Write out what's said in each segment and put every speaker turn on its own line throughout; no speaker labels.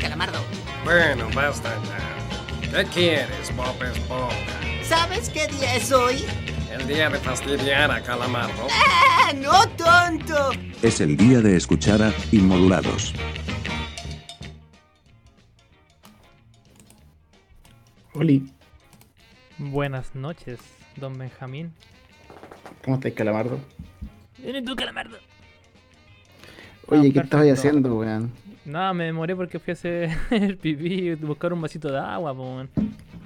Calamardo.
Bueno, basta ya. ¿Qué quieres, Bob Esponja?
¿Sabes qué día es hoy?
El día de fastidiar a Calamardo.
¡Ah, no tonto!
Es el día de escuchar a Inmodulados.
Oli,
Buenas noches, don Benjamín.
¿cómo estáis, calamardo?
¿Eres tú, Calamardo?
Oye, ¿qué
perfecto.
estabais haciendo, weón?
Nada, me demoré porque fui a hacer el pipí y buscar un vasito de agua, po, weón.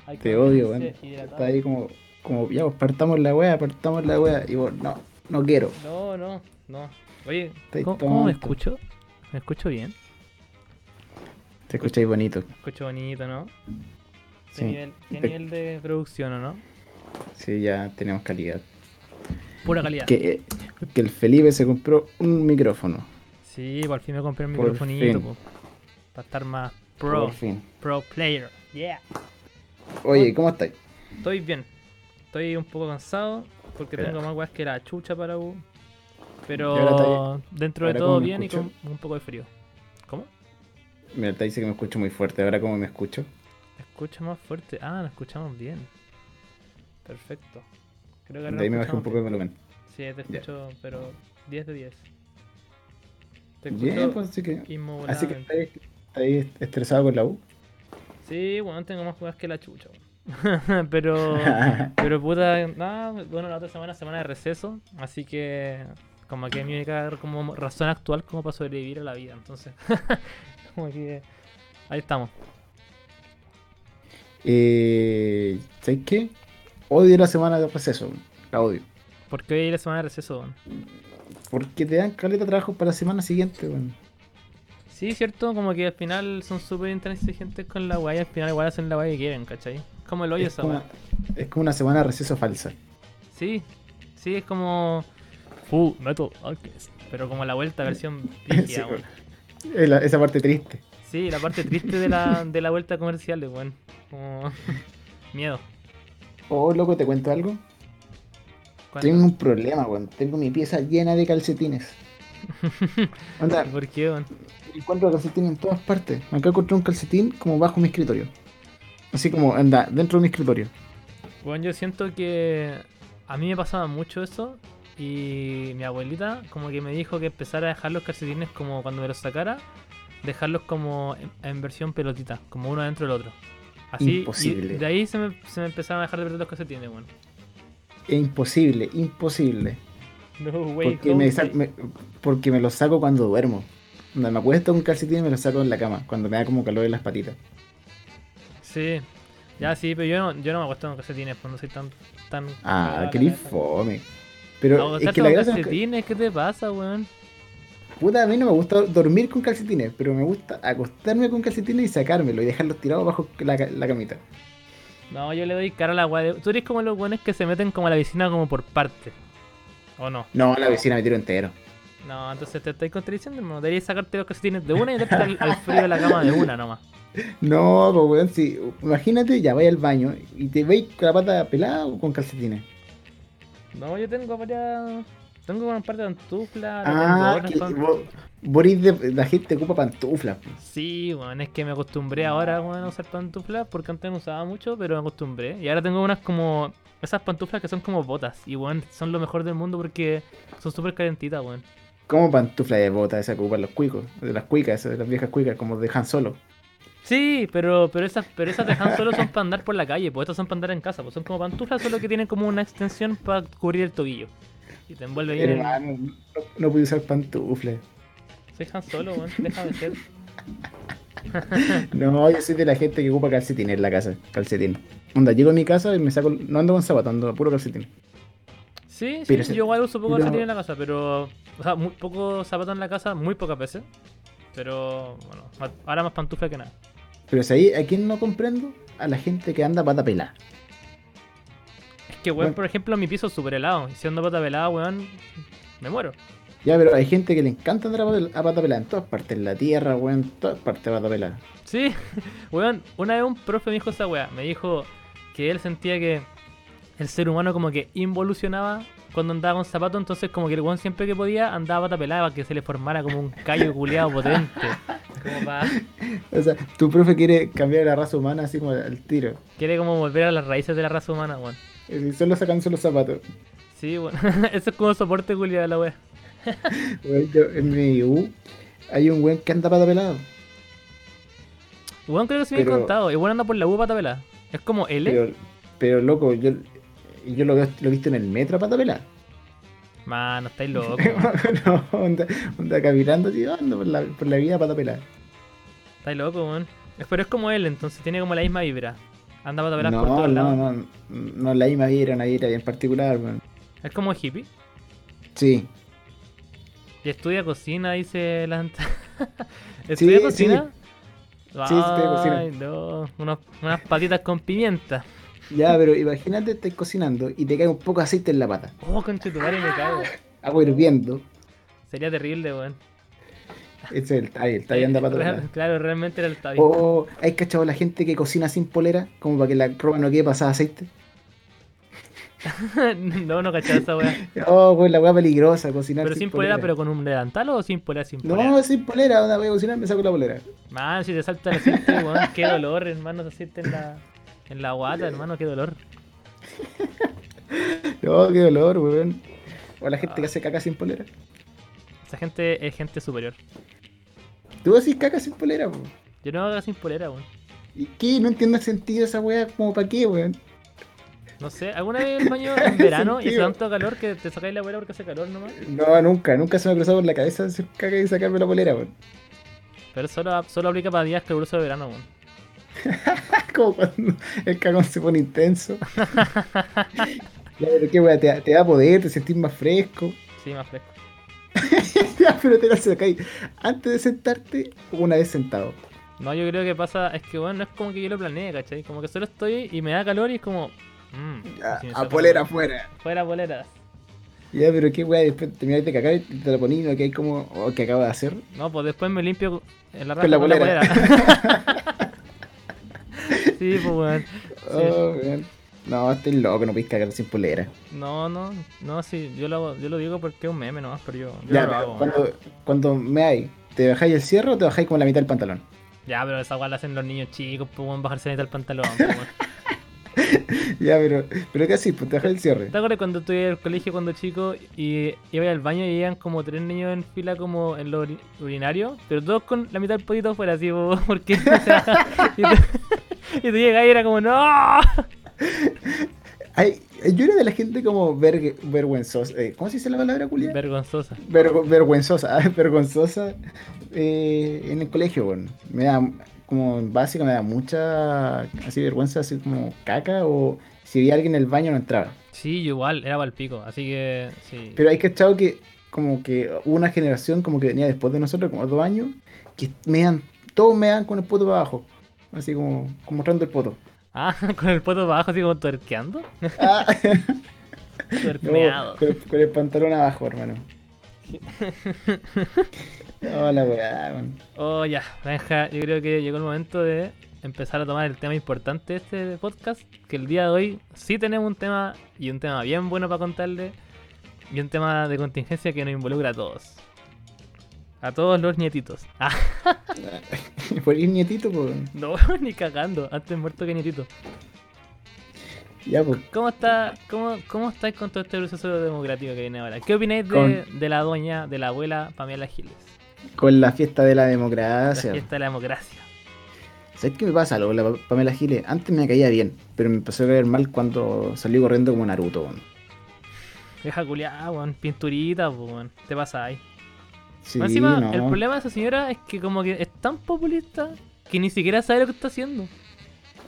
Hay
Te
que
odio, weón.
mantenerse hidratado.
Está ahí como, como, ya, pues partamos la weá, partamos la weá. Y vos, no, no quiero.
No, no, no. Oye,
Estoy
¿cómo, cómo me
tonto.
escucho? ¿Me escucho bien?
Te escucháis bonito.
Me escucho bonito, ¿no? ¿Qué,
Sí,
nivel, qué
Te-
nivel de producción o no?
sí, ya tenemos calidad.
Pura calidad.
Que, eh, que el Felipe se compró un micrófono.
Sí, por fin me compré un
Por
microfonito,
fin.
po. Para estar más pro,
Por fin.
pro player. Yeah.
Oye, ¿cómo estáis?
Estoy bien. Estoy un poco cansado porque
Espera.
tengo más weas que la chucha para U.
¿Y ahora
Pero
está-
dentro de
ahora
todo
cómo me
bien
escucho?
y con un poco de frío. ¿Cómo?
Mira, te dice que me escucho muy fuerte. Ahora, ¿cómo me escucho?
Escucha más fuerte. Ah, la escuchamos bien. Perfecto. Creo que ahora
De ahí
la
me bajé un
escuchamos
poco de volumen.
bien. Sí, te
Ya.
escucho, pero 10 de 10. Te escucho
Bien, pues así que. Así que
inmodulado.
estáis, estáis estresado con la U.
Sí, bueno, tengo más jugadas que la chucha. weón. pero, pero puta, nada, bueno, la otra semana es semana de receso, así que como que es mi única como razón actual como para sobrevivir a la vida, entonces como que ahí estamos.
eh, ¿Sabes qué? Odio la semana de receso. La odio.
¿Por qué hoy es la semana de receso? weón?
Porque te dan caleta de trabajo para la semana siguiente, weón.
Sí, cierto, como que al final son súper intransigentes con la weá y al final igual hacen la weá que quieren, ¿cachai? Como el hoyo
Es
esa
como,
weá.
una, es como una semana de receso falsa.
Sí, sí, es como... Uh, Metal Alchemist, pero como la vuelta versión...
Sí,
brígida, weón.
Es la- esa parte triste.
Sí, la parte triste de la, de la vuelta comercial, de weón. Como... Miedo.
Oh, loco, ¿te cuento algo?
Cuando-
Tengo un problema, weón. Tengo mi pieza llena de calcetines. Anda,
¿Por qué, weón?
encuentro calcetines en todas partes. Acá encontré un calcetín como bajo mi escritorio. Así como, anda, dentro de mi escritorio.
Weón, yo siento que a mí me pasaba mucho eso y mi abuelita como que me dijo que empezara a dejar los calcetines como cuando me los sacara, dejarlos como en, en versión pelotita, como uno dentro del otro. Así, y
Imposible.
de ahí se me, se me empezaron a dejar de perder los calcetines, weón.
Es imposible, imposible.
No, wey,
Porque me, sa- me- porque me lo saco cuando duermo. Anda, me acuesto un calcetín y me lo saco en la cama, cuando me da como calor en las patitas.
Sí, ya sí, pero yo no, yo no me acuesto con calcetines, pues no soy tan... tan
Ah,
cagado
qué
la cabeza.
fome.
No,
Pero
o
es
sea,
que la
con
gracia es que-
calcetines, ¿qué te pasa, weón?
Puta, a mí no me gusta dormir con calcetines, pero me gusta acostarme con calcetines y sacármelo y dejarlos tirados bajo la, ca- la camita.
No, yo le doy cara a la weá. de- Tú eres como los weones que se meten como a la vecina como por parte. ¿O no?
No, la vecina me tiró entero.
No, entonces te estoy contradiciendo, hermano. Deberías sacarte los calcetines de una y darte al, al frío de la cama de una nomás.
No, pues weón, sí. Imagínate, ya vais al baño y te veis con la pata pelada o con calcetines.
No, yo tengo varias. Tengo un par de pantuflas.
ah,
tengo
que
otras pan-
vos- vos eres de- la gente ocupa pantuflas. pues.
Sí, weón, es que me acostumbré ahora weón, a usar pantuflas porque antes no usaba mucho, pero me acostumbré. Y ahora tengo unas como. Esas pantuflas que son como botas. Y weón, son lo mejor del mundo porque son súper calentitas, weón.
Como pantuflas de bota esa que ocupan los cuicos, de las cuicas, esas de las viejas cuicas, como de Han Solo.
Sí, pero, pero esas, pero esas de Han Solo son para andar por la calle, pues estas son para andar en casa, pues son como pantuflas, solo que tienen como una extensión para cubrir el tobillo. Y te envuelve bien. el-
Hermano, ah, no, no pude usar pantuflas.
Soy Han Solo, weón, deja de ser.
No, yo soy de la gente que ocupa calcetín en la casa. Calcetín. Onda, llego a mi casa y me saco. No ando con zapato, ando puro calcetín.
Sí, sí,
Pero
yo
ese-
igual uso poco
no.
calcetín en la casa, pero. O sea, muy poco zapato en la casa, muy pocas veces. Pero, bueno, ma- ahora más pantufla que nada.
Pero es ahí, ¿a quién no comprendo? A la gente que anda pata pelada.
Es que, weón,
Bueno.
por ejemplo, mi piso es súper helado, y si ando pata pelada, weón, me muero.
Ya, pero hay gente que le encanta andar a pata- a pata pelada en todas partes, en la tierra, weón, en todas partes pata pelada.
Sí, weón, una vez un profe me dijo esa weá, me dijo que él sentía que el ser humano como que involucionaba cuando andaba con zapatos, entonces como que el weón siempre que podía andaba pata pelada para que se le formara como un callo culeado potente. Como pa-
O sea, tu profe quiere cambiar la raza humana así como al tiro.
Quiere como volver a las raíces de la raza humana, weón.
Es decir, Solo sacándose los zapatos.
Sí, weón. Eso es como soporte, Julia, de la wea.
Güey, yo- en mi U hay un güey que anda pata pelado.
Weón, creo que se me había
Pero-
contado. Igual anda por la U pata pelada. Es como L.
Pero, pero loco, yo, yo lo, veo- lo he visto en el metro a pata pelada.
Mano, estáis locos.
no, onda, onda caminando, tío, ando por la, por la vida a pata pelada.
estáis locos, weón. Es- Pero es como L, entonces tiene como la misma vibra. Anda pata pelada por
No,
todos lados.
no, no, no, la IMA era una vida bien particular, weón.
Es como hippie.
Sí,
Y estudia cocina, dice la Ant-
Sí,
¿Estudia
sí.
cocina?
Sí, estudia cocina.
Ay, no. Unos- unas patitas con pimienta.
ya, pero imagínate, estás cocinando y te cae un poco de aceite en la pata.
Oh, conche tu madre, me cago.
Agua hirviendo.
Sería terrible, weón.
Ese es el tabi, el tabi anda pata Oh.
Real-
pelada.
Claro, realmente era el tabi.
O, ¿hay cachado la gente que cocina sin polera? Como para que la ropa no quede pasada aceite.
no, no cachaba esa weá.
Oh, güey, la weá peligrosa, cocinar
Pero sin polera, pero con un delantal o sin polera, sin polera.
No, sin polera, onda, voy a cocinar, me saco la polera.
Man, si te salta el aceite, weón, qué dolor, hermano, te aceite en la, en la guata, hermano, qué dolor.
No, Oh, qué dolor, weón. Ah. O la gente que hace caca sin polera.
Esa gente es gente superior.
Tú decís caca sin polera, weón.
Yo no hago sin polera, weón.
¿Y qué? No entiendo el sentido de esa weá, como para qué, weón.
No sé, ¿alguna vez el baño en verano y hace
Sentido.
tanto calor que te sacáis la polera porque hace calor nomás?
No, nunca, nunca se me ha cruzado por la cabeza hacer caca y sacarme la polera, weón.
Pero solo, solo aplica para días calurosos de verano, weón.
como cuando el cagón se pone intenso. ya, pero qué weá, te, te da poder, te sentís más fresco.
Sí, más fresco.
ya, pero te la sacáis antes de sentarte o una vez sentado.
No, yo creo que pasa, es que, bueno, no es como que yo lo planeé, ¿cachai? Como que solo estoy y me da calor y es como... mm,
Ya,
si me
a
saco
polera
la-
afuera.
Fuera polera.
Ya, pero qué weá, después termináis de cagar y te la ponís, ¿no? Que hay como, oh, ¿qué acabo de hacer?
No, pues después me limpio en la raja
Con la polera.
polera. sí, pues weón.
Oh, weón. No, estoy loco, no podéis cagar sin polera.
No, no, no, sí, yo lo, hago- yo lo digo porque es un meme nomás, pero yo, yo no
ya,
lo
pero
hago. weón.
cuando, cuando me hay, ¿te bajáis el cierre o te bajáis como la mitad del pantalón?
Ya, pero esa guay la hacen los niños chicos, pues weón, bajarse la mitad del pantalón. pues, weón.
ya, pero, pero ¿qué así? Pues te bajáis el cierre.
¿Te acuerdas cuando estuve en el colegio cuando chico y iba al baño y iban como tres niños en fila como en lo uri- urinario? Pero todos con la mitad del potito afuera, así, po, porque... o sea, y, tú, y tú llegas y era como, ¡No!
Ay, yo era de la gente como vergue- vergüenzosa. eh, ¿Cómo se dice la palabra, Julia?
Vergonzosa.
vergüenzosa, ah, vergonzosa eh, en el colegio, weón. Me da, como en básica, me da mucha así vergüenza, así como caca o si vi a alguien en el baño no entraba.
Sí, yo igual, era pico, así que sí.
Pero hay que echar que como que hubo una generación como que venía después de nosotros, como dos años, que me dan, todos me dan con el poto para abajo. Así como, como mostrando el poto.
Ah, con el poto para abajo, así como tuerqueando.
Ah, no,
Tuerqueado.
con, el- con el pantalón abajo, hermano. Hola, weá, weón.
Oh, ya, Benja, yo creo que llegó el momento de empezar a tomar el tema importante de este podcast. Que el día de hoy sí tenemos un tema y un tema bien bueno para contarle. Y un tema de contingencia que nos involucra a todos. A todos los nietitos. Ah,
Por ir nietito, pues. weón.
no, ni cagando. Antes muerto que nietito.
Ya, pues.
¿Cómo está, cómo, cómo estáis con todo este proceso democrático que viene ahora? ¿Qué opináis de,
Con-
de la doña, de la abuela Pamela Giles?
Con la fiesta de la
La
democracia.
fiesta de la democracia.
¿Sabes qué me pasa, loco? La Pa- Pamela Giles. Antes me caía bien, pero me empezó a caer mal cuando salí corriendo como Naruto, weón.
Deja culiada, weón. Pinturita, po, weón. Te pasa ahí.
Sí,
Más encima,
no.
el problema de esa señora es que como que es tan populista que ni siquiera sabe lo que está haciendo.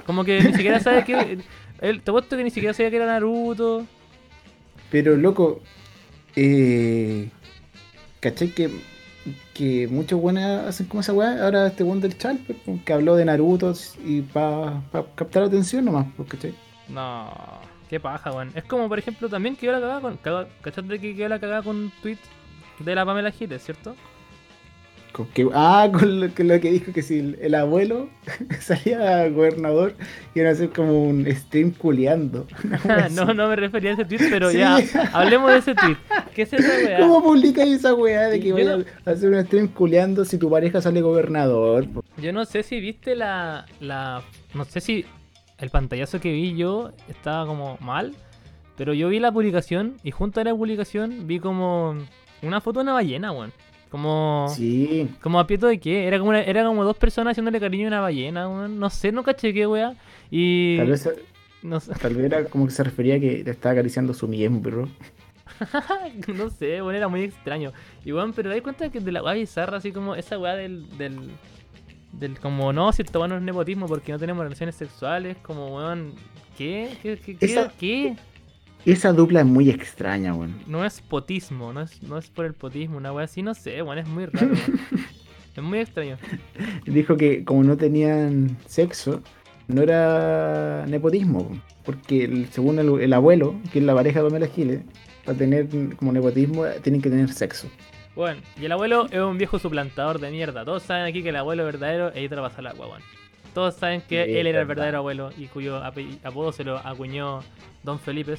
Como que ni siquiera sabe que... él- te apuesto que ni siquiera sabía que era Naruto.
Pero, loco, eh, ¿cachai que, que muchos buenas hacen como esa weá? Ahora este weón del Chalper, po, que habló de Naruto y para captar atención nomás, po, ¿cachai?
No, qué paja, weón. Es como, por ejemplo, también que yo la cagada con... caga- ¿Cachaste que quedó la cagada con un tweet de la Pamela Giles, cierto?
Con que, ah, con lo, con lo que dijo que si el, el abuelo salía gobernador, iban a hacer como un stream culeando. una wea así.
no, no me refería a ese tweet, pero
Sí.
ya, hablemos de ese tweet. ¿Qué es esa weá?
¿Cómo publicáis esa weá de que
Yo
vaya
no-
a hacer un stream culeando si tu pareja sale gobernador? pues? po?
Yo no sé si viste la, la. No sé si el pantallazo que vi yo estaba como mal, pero yo vi la publicación y junto a la publicación vi como una foto de una ballena, weón. Como.
Sí.
Como aprieto de qué? Era como, una- era como dos personas haciéndole cariño a una ballena, weón. No sé, no caché qué, weá. Y.
Tal vez,
No sé,
tal vez era como que se refería a que te estaba acariciando su miembro.
no sé, weón, era muy extraño. Y weón, pero hay cuenta que de la weá bizarra, así como esa weá del. del del como no, si esta weá no es nepotismo porque no tenemos relaciones sexuales, como weón, ¿qué? ¿Qué? ¿Qué? qué-
Esa-
qué?
Esa dupla es muy extraña, weón.
No es potismo, no es, no es por el potismo, una weá así, no sé, weón, es muy raro. weón. es muy extraño.
Dijo que como no tenían sexo, no era nepotismo. po, Porque el- según el, el abuelo, que es la pareja de Pamela Giles, para tener como nepotismo eh, tienen que tener sexo.
Bueno, y el abuelo es un viejo suplantador de mierda. Todos saben aquí que el abuelo verdadero es Itra Basal agua, weón. Todos saben que
Sí,
él era el
verdad.
verdadero abuelo y cuyo ape- apodo se lo acuñó Don Felipe.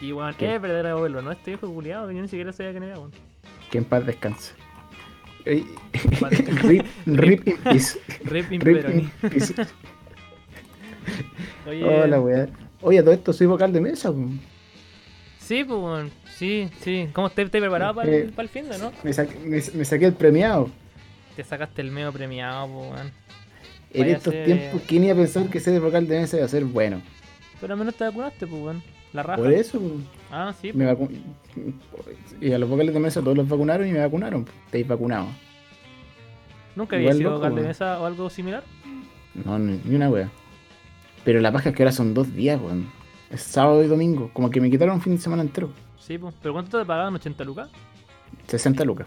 Y weón,
¿Qué?
es el verdadero abuelo, no este viejo culiado que yo ni siquiera sabía quién era, weón.
Que en paz descanse. Ey,
Vale.
Rip, rip in peace.
Rip in
Rip
Peroni.
in peace.
Oye,
Hola, weá. Oye, a todo esto soy vocal de mesa. po.
sí, pues weón, sí, sí. ¿Cómo estás? ¿Estás preparado para
Eh,
el, para el fin de, no?
Me, saqué- me- me saqué el premiado.
Te sacaste el medio premiado, pues weón.
En
Vaya
estos
ser- eh,
tiempos, ¿quién iba a pensar que ser vocal de mesa iba a ser bueno?
Pero al menos te vacunaste, pues weón. La raja.
Por eso, po.
Ah, sí,
Me vacu- y a los vocales de mesa todos los vacunaron y me vacunaron. Estáis vacunados.
pues. Nunca había
igual
sido
loco,
vocal de
weón.
mesa o algo similar.
No, ni ni una wea. Pero la paja es que ahora son dos días, weón. Es sábado y domingo. Como que me quitaron un fin de semana entero.
Sí, pues. ¿Pero cuánto te pagaban? ¿80 lucas?
60 lucas.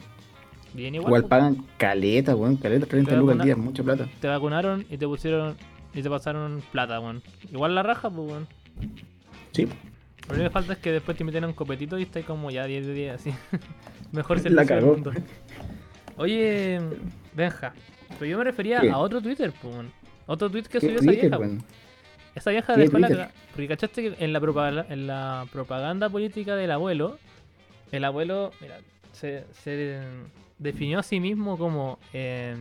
Bien
Igual,
igual. po.
pagan caleta, weón. Caleta, 30
Te
lucas al
vacunan-
día, es mucha plata.
Te vacunaron y te pusieron y te pasaron plata, weón. Igual la raja, pues, weón.
Sí.
Lo único que falta es que después te inviten a un copetito y estás como ya 10 de 10, así. Mejor
La
servicio del
cagó.
mundo. Oye, Benja, pero yo me refería
¿Qué?
a otro Twitter, pues, weón. Otro tweet que
¿Qué
subió esa
Twitter,
vieja,
weón?
Esa vieja
¿Qué
dejó la
Twitter?
caga- Porque cachaste que en la, propa- en la propaganda política del abuelo, el abuelo, mira, se, se definió a sí mismo como eh,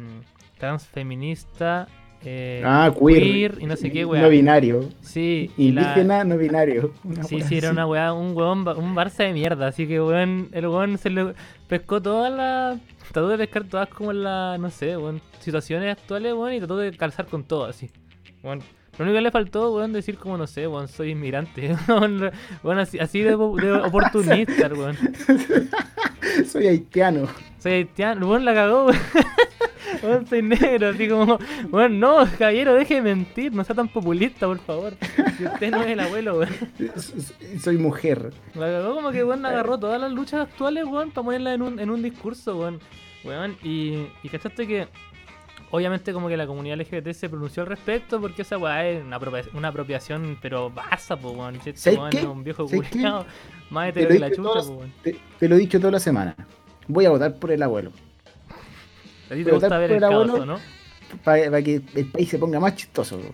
transfeminista, eh,
Ah, queer.
y no sé qué,
No
weá.
binario.
Sí, y la-
Indígena, no binario. Una
Sí,
wea
sí, era
así.
una weá, un weón, ba- un Barça de mierda, así que weón, el weón se le pescó todas las, trató de pescar todas como las, no sé, weón, situaciones actuales, weón, y trató de calzar con todo, así, weón. Lo único que le faltó, weón, decir como, no sé, weón, soy inmigrante, weón, weón, así, así de, de oportunista, el weón.
Soy haitiano.
Soy haitiano, weón, la cagó, weón. Weón, soy negro, así como, weón, no, caballero, deje de mentir, no sea tan populista, por favor. Si usted no es el abuelo, weón.
Soy mujer.
La cagó como que weón agarró todas las luchas actuales, weón, para ponerlas en un, en un discurso, weón. Weón, y, y cachaste que obviamente como que la comunidad LGBT se pronunció al respecto porque esa weá es una, apropia- una apropiación, pero basta, po, weón. Si Este
¿Sabes
weón
qué?
es un viejo
¿Sabes qué?
culiao, más
Te lo
hetero que la
dije
chucha,
todas-
po, weón.
Te, te lo he dicho toda la semana. Voy a votar por el abuelo.
A ti te
pero
gusta
tal
ver
por
el
el abuelo-
caso, ¿no?
Para que el país se ponga más chistoso. weón.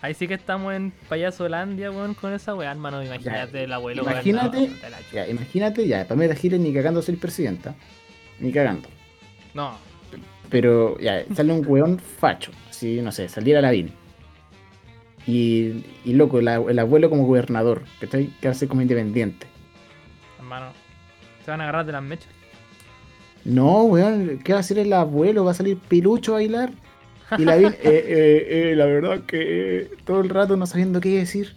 Ahí sí que estamos en payasolandia, weón, con esa weá, hermano. Imagínate el abuelo, weón,
imagínate-
no, de la chucha.
Ya, imagínate, ya, Pamela Giles ni cagando a ser presidenta. Ni cagando.
No,
Pero ya, sale un weón facho. Si, no sé, saliera Lavín. Y, y loco, la- el abuelo como gobernador. ¿cachai? Que va a ser como independiente.
hermano. Se van a agarrar de las mechas.
No, weón, ¿qué va a hacer el abuelo? ¿Va a salir pilucho a bailar? Y Lavín, eh, eh, eh, la verdad que eh, todo el rato no sabiendo qué decir.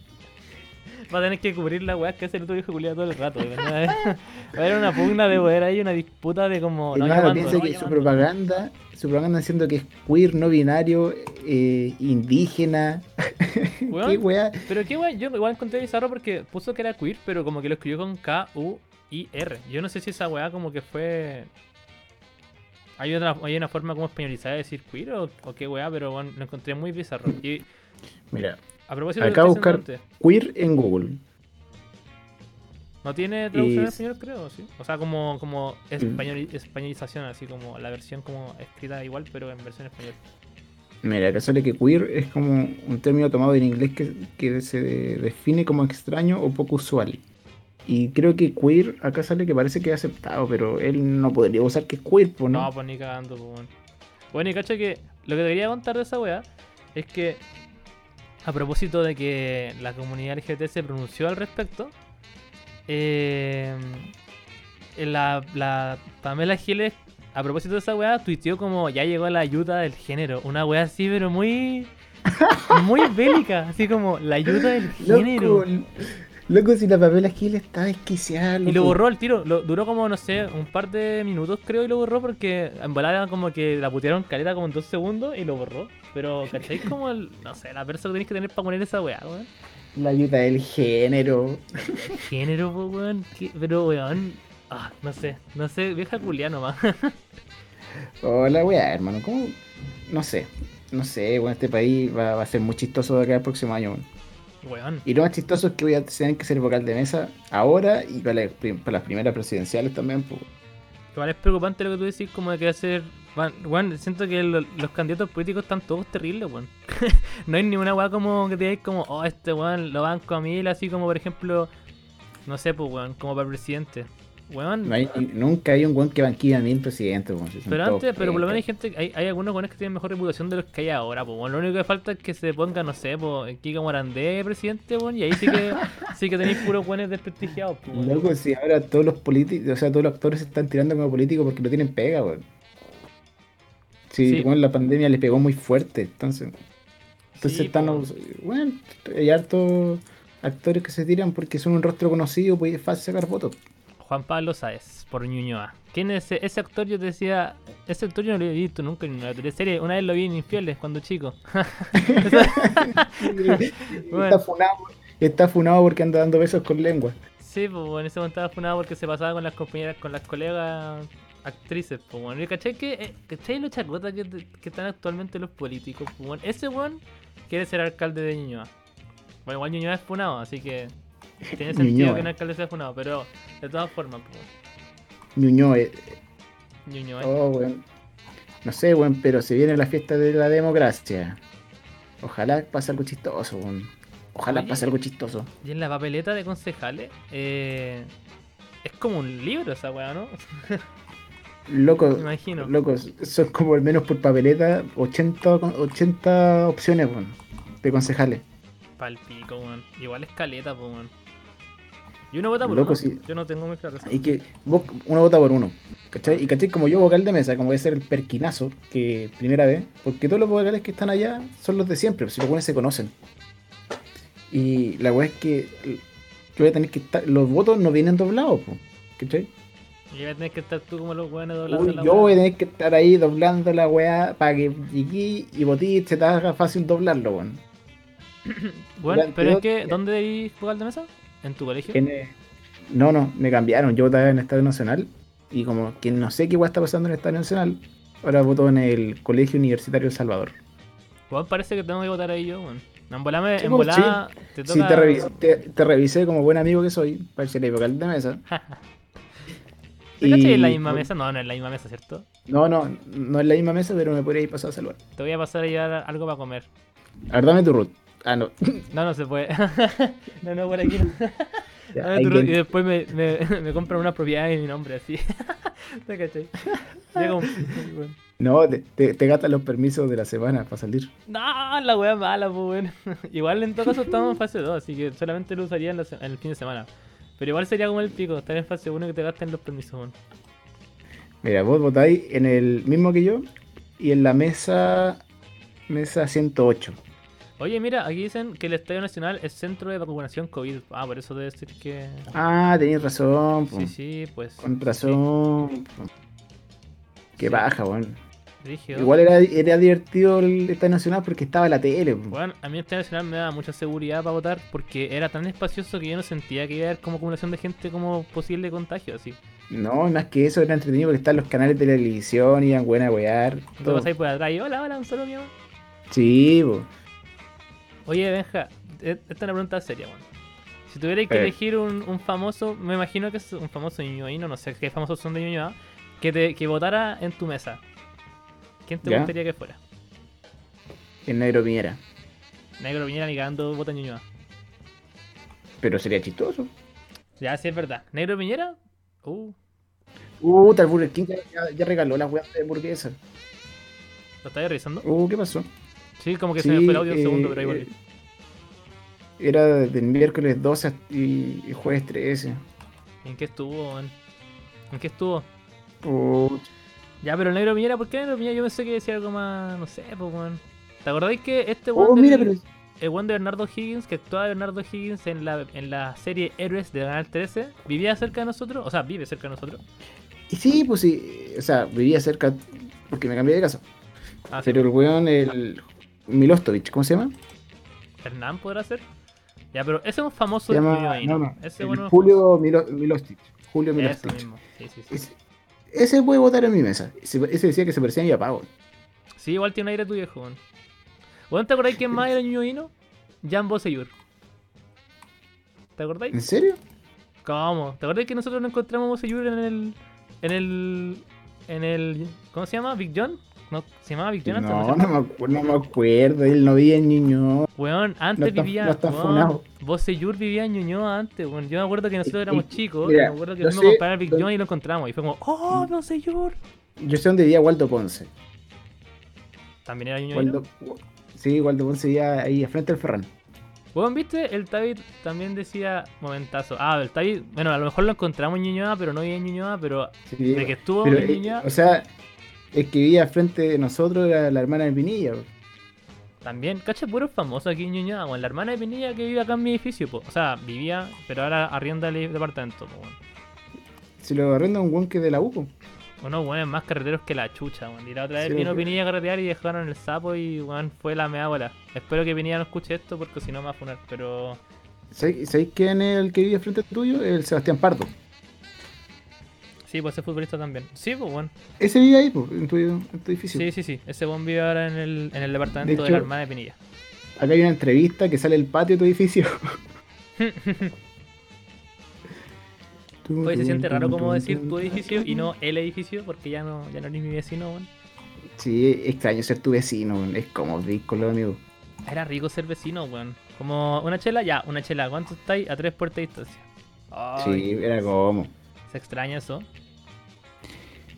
Va a tener que cubrir la weá que hace el otro viejo culiado todo el rato. weón. Va a haber una pugna de poder ahí, una disputa de como.
Y
No,
claro,
yo mando,
piensa
no,
que
yo
su
mando.
propaganda, su propaganda diciendo que es queer, no binario, eh, indígena.
Weón,
¿Qué weá?
Pero qué weón, yo igual encontré bizarro porque puso que era queer, pero como que lo escribió con K-U-I-R. Yo no sé si esa weá como que fue. Hay, otra, hay una forma como españolizada de decir queer o, o qué weá, pero bueno, lo encontré muy bizarro. Y
Mira,
a propósito de lo que
acá
estoy diciendo
buscar
antes,
queer en Google.
No tiene traducción
Y- Mm.
en español, creo, sí. O sea, como, como español, españolización, así como la versión como escrita igual, pero en versión español.
Mira, acá sale que queer es como un término tomado en inglés que, que se define como extraño o poco usual. Y creo que queer acá sale que parece que es aceptado, pero él no podría usar que es queer, pues,
No,
¿no?
pues ni cagando, pues, weón. Bueno, y cacho que lo que te quería contar de esa weá es que a propósito de que la comunidad LGT se pronunció al respecto, eh, la, la Pamela Giles, a propósito de esa weá, tuiteó como ya llegó la ayuda del género. Una weá así, pero muy. Muy bélica, así como la ayuda del pues, género.
Loco, loco, si la papel aquí le está desquiciada,
Y lo
loco.
borró el tiro, lo, duró como, no sé, un par de minutos creo y lo borró porque en volada como que la putearon caleta como en dos segundos y lo borró. Pero, ¿cacháis como el, no sé, la persona que tenéis que tener para poner esa weá, weón?
La ayuda del género.
Género, po, weón, qué- pero weón, ah, no sé, no sé, vieja culia nomás.
Hola, weá, hermano. ¿Cómo? No sé. No sé, bueno, este país va, va a ser muy chistoso de acá el próximo año. weón.
weón,
Y lo más chistoso es que voy a tener que ser vocal de mesa ahora y para, la prim- para las primeras presidenciales también. pues.
igual es preocupante lo que tú decís como de que hacer... Weón, weón, siento que lo- los candidatos políticos están todos terribles, weón. no hay ninguna weá como que digáis como, oh, este weón lo banco a mil, así como por ejemplo, no sé, pues weón, como para presidente. Weón,
No hay- nunca hay un weón que banquilla a mil presidentes. weón, si son
Pero
todos
antes, pero por lo menos hay
pencas.
gente, hay, hay algunos buenos que tienen mejor reputación de los que hay ahora, pues lo único que falta es que se ponga, no sé, pues Kika Morandé presidente, pues, y ahí sí que sí que tenéis puros buenos desprestigiados, pues. weón.
Loco, si ahora todos los políticos, o sea, todos los actores se están tirando como políticos porque no tienen pega, weón. Sí,
Sí.
bueno, la pandemia les pegó muy fuerte, entonces. Entonces
Sí,
están,
po.
los- bueno, hay hartos actores que se tiran porque son un rostro conocido, pues es fácil sacar votos.
Juan Pablo Sáez, por Ñuñoa. ¿Quién es ese, ese actor? Yo te decía, ese actor yo no lo he visto nunca en una teleserie, una vez lo vi en Infieles cuando chico.
Está funado, está funado porque anda dando besos con lengua.
Sí, pues bueno, ese momento estaba funado porque se pasaba con las compañeras, con las colegas actrices, pues bueno. Y caché que, eh, ¿cachai los chacotas que, que están actualmente los políticos? Pues bueno, ese weón quiere ser alcalde de Ñuñoa. Bueno, igual Ñuñoa es funado, así que tiene sentido
Ñuñoa.
que un alcalde sea funado, pero de todas formas, pues bueno,
Ñuñoa, eh,
Ñuñoa.
oh, weón. No sé, weón, pero se viene la fiesta de la democracia. Ojalá pase algo chistoso, weón. Ojalá
Oye.
pase algo chistoso.
Y en la papeleta de concejales, eh, es como un libro esa weá, ¿no?
Loco,
Me imagino.
locos, son como al menos por papeleta 80, con- 80 opciones, weón, de concejales.
Palpico, weón. Igual es caleta, pues weón. Y uno vota por
Loco,
uno.
sí.
Yo no tengo muy claro eso.
Y que vos, uno vota por uno. ¿Cachai? Y cachai, como yo vocal de mesa, como voy a ser el perquinazo, que primera vez, porque todos los vocales que están allá son los de siempre, pues, si los buenos se conocen. Y la weá es que yo voy a tener que estar. Los votos no vienen doblados, po, ¿cachai?
Y vas a tener que estar tú como los buenos doblando
Uy,
la
yo
weá.
voy a tener que estar ahí doblando la weá para que llegué y votí se te haga fácil doblarlo, weón.
Bueno,
durante
pero es
dos
que,
días.
¿dónde debís jugar de mesa? ¿En tu colegio?
¿Quién es? No, no, me cambiaron. Yo votaba en el Estadio Nacional y como que no sé qué guay está pasando en el Estadio Nacional, ahora voto en el Colegio Universitario El Salvador.
Bueno, parece que tengo que votar ahí yo, bueno. En volá, me-
Sí,
en
pues,
volá te toca...
Sí, te, revis- te- te revisé como buen amigo que soy, para ser el vocal de mesa.
¿Te cachai en la misma mesa? No, no en la misma mesa, ¿cierto?
No, no, no es la misma mesa, pero me podría ir pasar a saludar.
Te voy a pasar a llevar algo para comer.
A ver, dame tu root. Ah, no.
No, no se puede. no, no, por aquí no.
Ya,
Dame
hay
tu ro- Ah, Y
que-
después me, me, me compran una propiedad en mi nombre, así. ¿Te cachai? Llega un... bueno.
No, te, te, te gastan los permisos de la semana para salir.
No, la wea mala, pues bueno. Igual en todo caso estamos en fase 2, así que solamente lo usaría en, la se- en el fin de semana. Pero igual sería como el pico, estar en fase 1 que te gasten los permisos, weón.
Mira, vos votáis en el mismo que yo y en la mesa, mesa 108.
Oye, mira, aquí dicen que el Estadio Nacional es centro de vacunación COVID. Ah, por eso debe decir que.
Ah, tenías razón. po.
Sí, sí, pues.
Con razón. Qué
Sí.
baja, weón.
Rígido.
Igual era, era divertido el Estadio Nacional porque estaba la tele. weón.
Bueno, a mí el Estadio Nacional me daba mucha seguridad para votar porque era tan espacioso que yo no sentía que iba a haber como acumulación de gente como posible contagio, así.
No, más que eso era entretenido porque estaban los canales de televisión, iban buena a wear.
Tú
todo.
vas ahí por atrás y hola, hola, un solo mío.
Sí, po.
Oye, Benja, e- esta es una pregunta seria, weón. Si tuvierais que
Eh.
elegir un, un famoso, me imagino que es un famoso ñoño, no sé qué famosos son de ñoñoa, que, te, que votara en tu mesa. ¿Quién te
Ya.
gustaría que fuera?
El negro Piñera.
Negro Piñera ni cagando vota ¿ah? en ñoñoa.
Pero sería chistoso.
Ya, sí es verdad. ¿Negro Piñera? Uh,
Uh, tal Burger King ya, ya- ya regaló las weas de hamburguesa.
¿lo estáis revisando?
Uh, ¿qué pasó?
Sí, como que
Sí,
se me fue el audio un
eh,
segundo, pero ahí
eh,
volví.
Era del miércoles 12 hasta- y, y jueves 13.
¿En qué estuvo, weón? ¿En qué estuvo?
Puch.
Ya, pero el negro Piñera, ¿por qué negro Piñera? Yo pensé que decía algo más, no sé, pues, weón. ¿Te acordáis que este weón
Oh,
del-
mira, pero.
el buen de Bernardo Higgins, que actuaba de Bernardo Higgins en la, en la serie Héroes de Canal 13, vivía cerca de nosotros, o sea, vive cerca de nosotros.
Y sí, pues sí. O sea, vivía cerca porque me cambié de casa.
Ah, sí,
Pero el weón, el. Milostovich, ¿cómo se llama?
Hernán podrá ser. Ya, pero ese es un famoso
Se llama.
niño ahí,
no, no,
Ese
el
bueno,
Julio Milo- Milostic. Julio
Eso
Milostic.
mismo. Sí, sí, sí.
Ese, ese puede votar en mi mesa. Ese, ese decía que se parecía a mi papá. weón.
Sí, igual tiene aire tu viejo, weón. Weón, ¿te acordáis quién más era el niño hino? Jan Boseyur. ¿Te
¿En
acordáis?
serio?
¿Cómo? ¿Te acordáis que nosotros nos encontramos a Boseyur en el. en el. en el. ¿Cómo se llama? ¿Big John? No, ¿Se llamaba Big John antes? se
No,
llamaba?
no me, acu- no me acuerdo. Él no vivía en Ñuñoa.
Weón,
No
antes
está-
vivía.
no está
weón,
funado.
vos y Yur vivía en Ñuñoa antes, weón. Yo me acuerdo que nosotros
Y-
éramos
y-
chicos.
mira,
y me acuerdo que
yo
fuimos
sé- Mm.
a comprar al Big
yo-
John y lo encontramos. Y fue como, ¡Oh, Bose Yur!
Yo sé dónde vivía Waldo Ponce.
También era Ñuñoa.
Waldo, sí, Waldo Ponce vivía ahí, al frente del Ferran.
Weón, viste, el Tavi también decía, momentazo. Ah, el Tavi, bueno, a lo mejor lo encontramos en Ñuñoa, pero no vivía en Ñuñoa, pero
Sí,
de que estuvo
pero,
en
eh,
Ñuñoa,
o sea, el que vivía al frente de nosotros era la hermana de Pinilla. weón.
también. Cacha, puro famoso aquí en Ñuñoa, weón. La hermana de Pinilla que vive acá en mi edificio, po. O sea, vivía, pero ahora arrienda el departamento, po, weón.
Si lo arrenda un guan que es de la UCO.
Unos weones más carreteros que la chucha, weón. Y la otra vez
Sí,
vino
porque-
Pinilla a carretear y dejaron el sapo y weón fue la mea bola. Espero que Pinilla no escuche esto porque si no me va a funar, pero.
¿Sabéis sabéis quién es el que vive al frente tuyo? El Sebastián Pardo.
Sí, pues ese futbolista también. Sí, pues weón.
Ese vive ahí, po, en, tu, en tu edificio.
Sí, sí, sí. Ese weón vive ahora en el, en el departamento de,
De
la
hecho-
hermana de Pinilla.
Acá hay una entrevista que sale el patio de tu edificio.
Hoy se siente raro como decir tu edificio y no el edificio porque ya no, ya no eres mi vecino, weón.
Sí, extraño ser tu vecino, weón. es como ridículo, amigo.
Era rico ser vecino, weón. Como una chela, ya, una chela. ¿Cuánto estáis? A tres puertas de distancia. Ay,
Sí, era como.
Se extraña eso.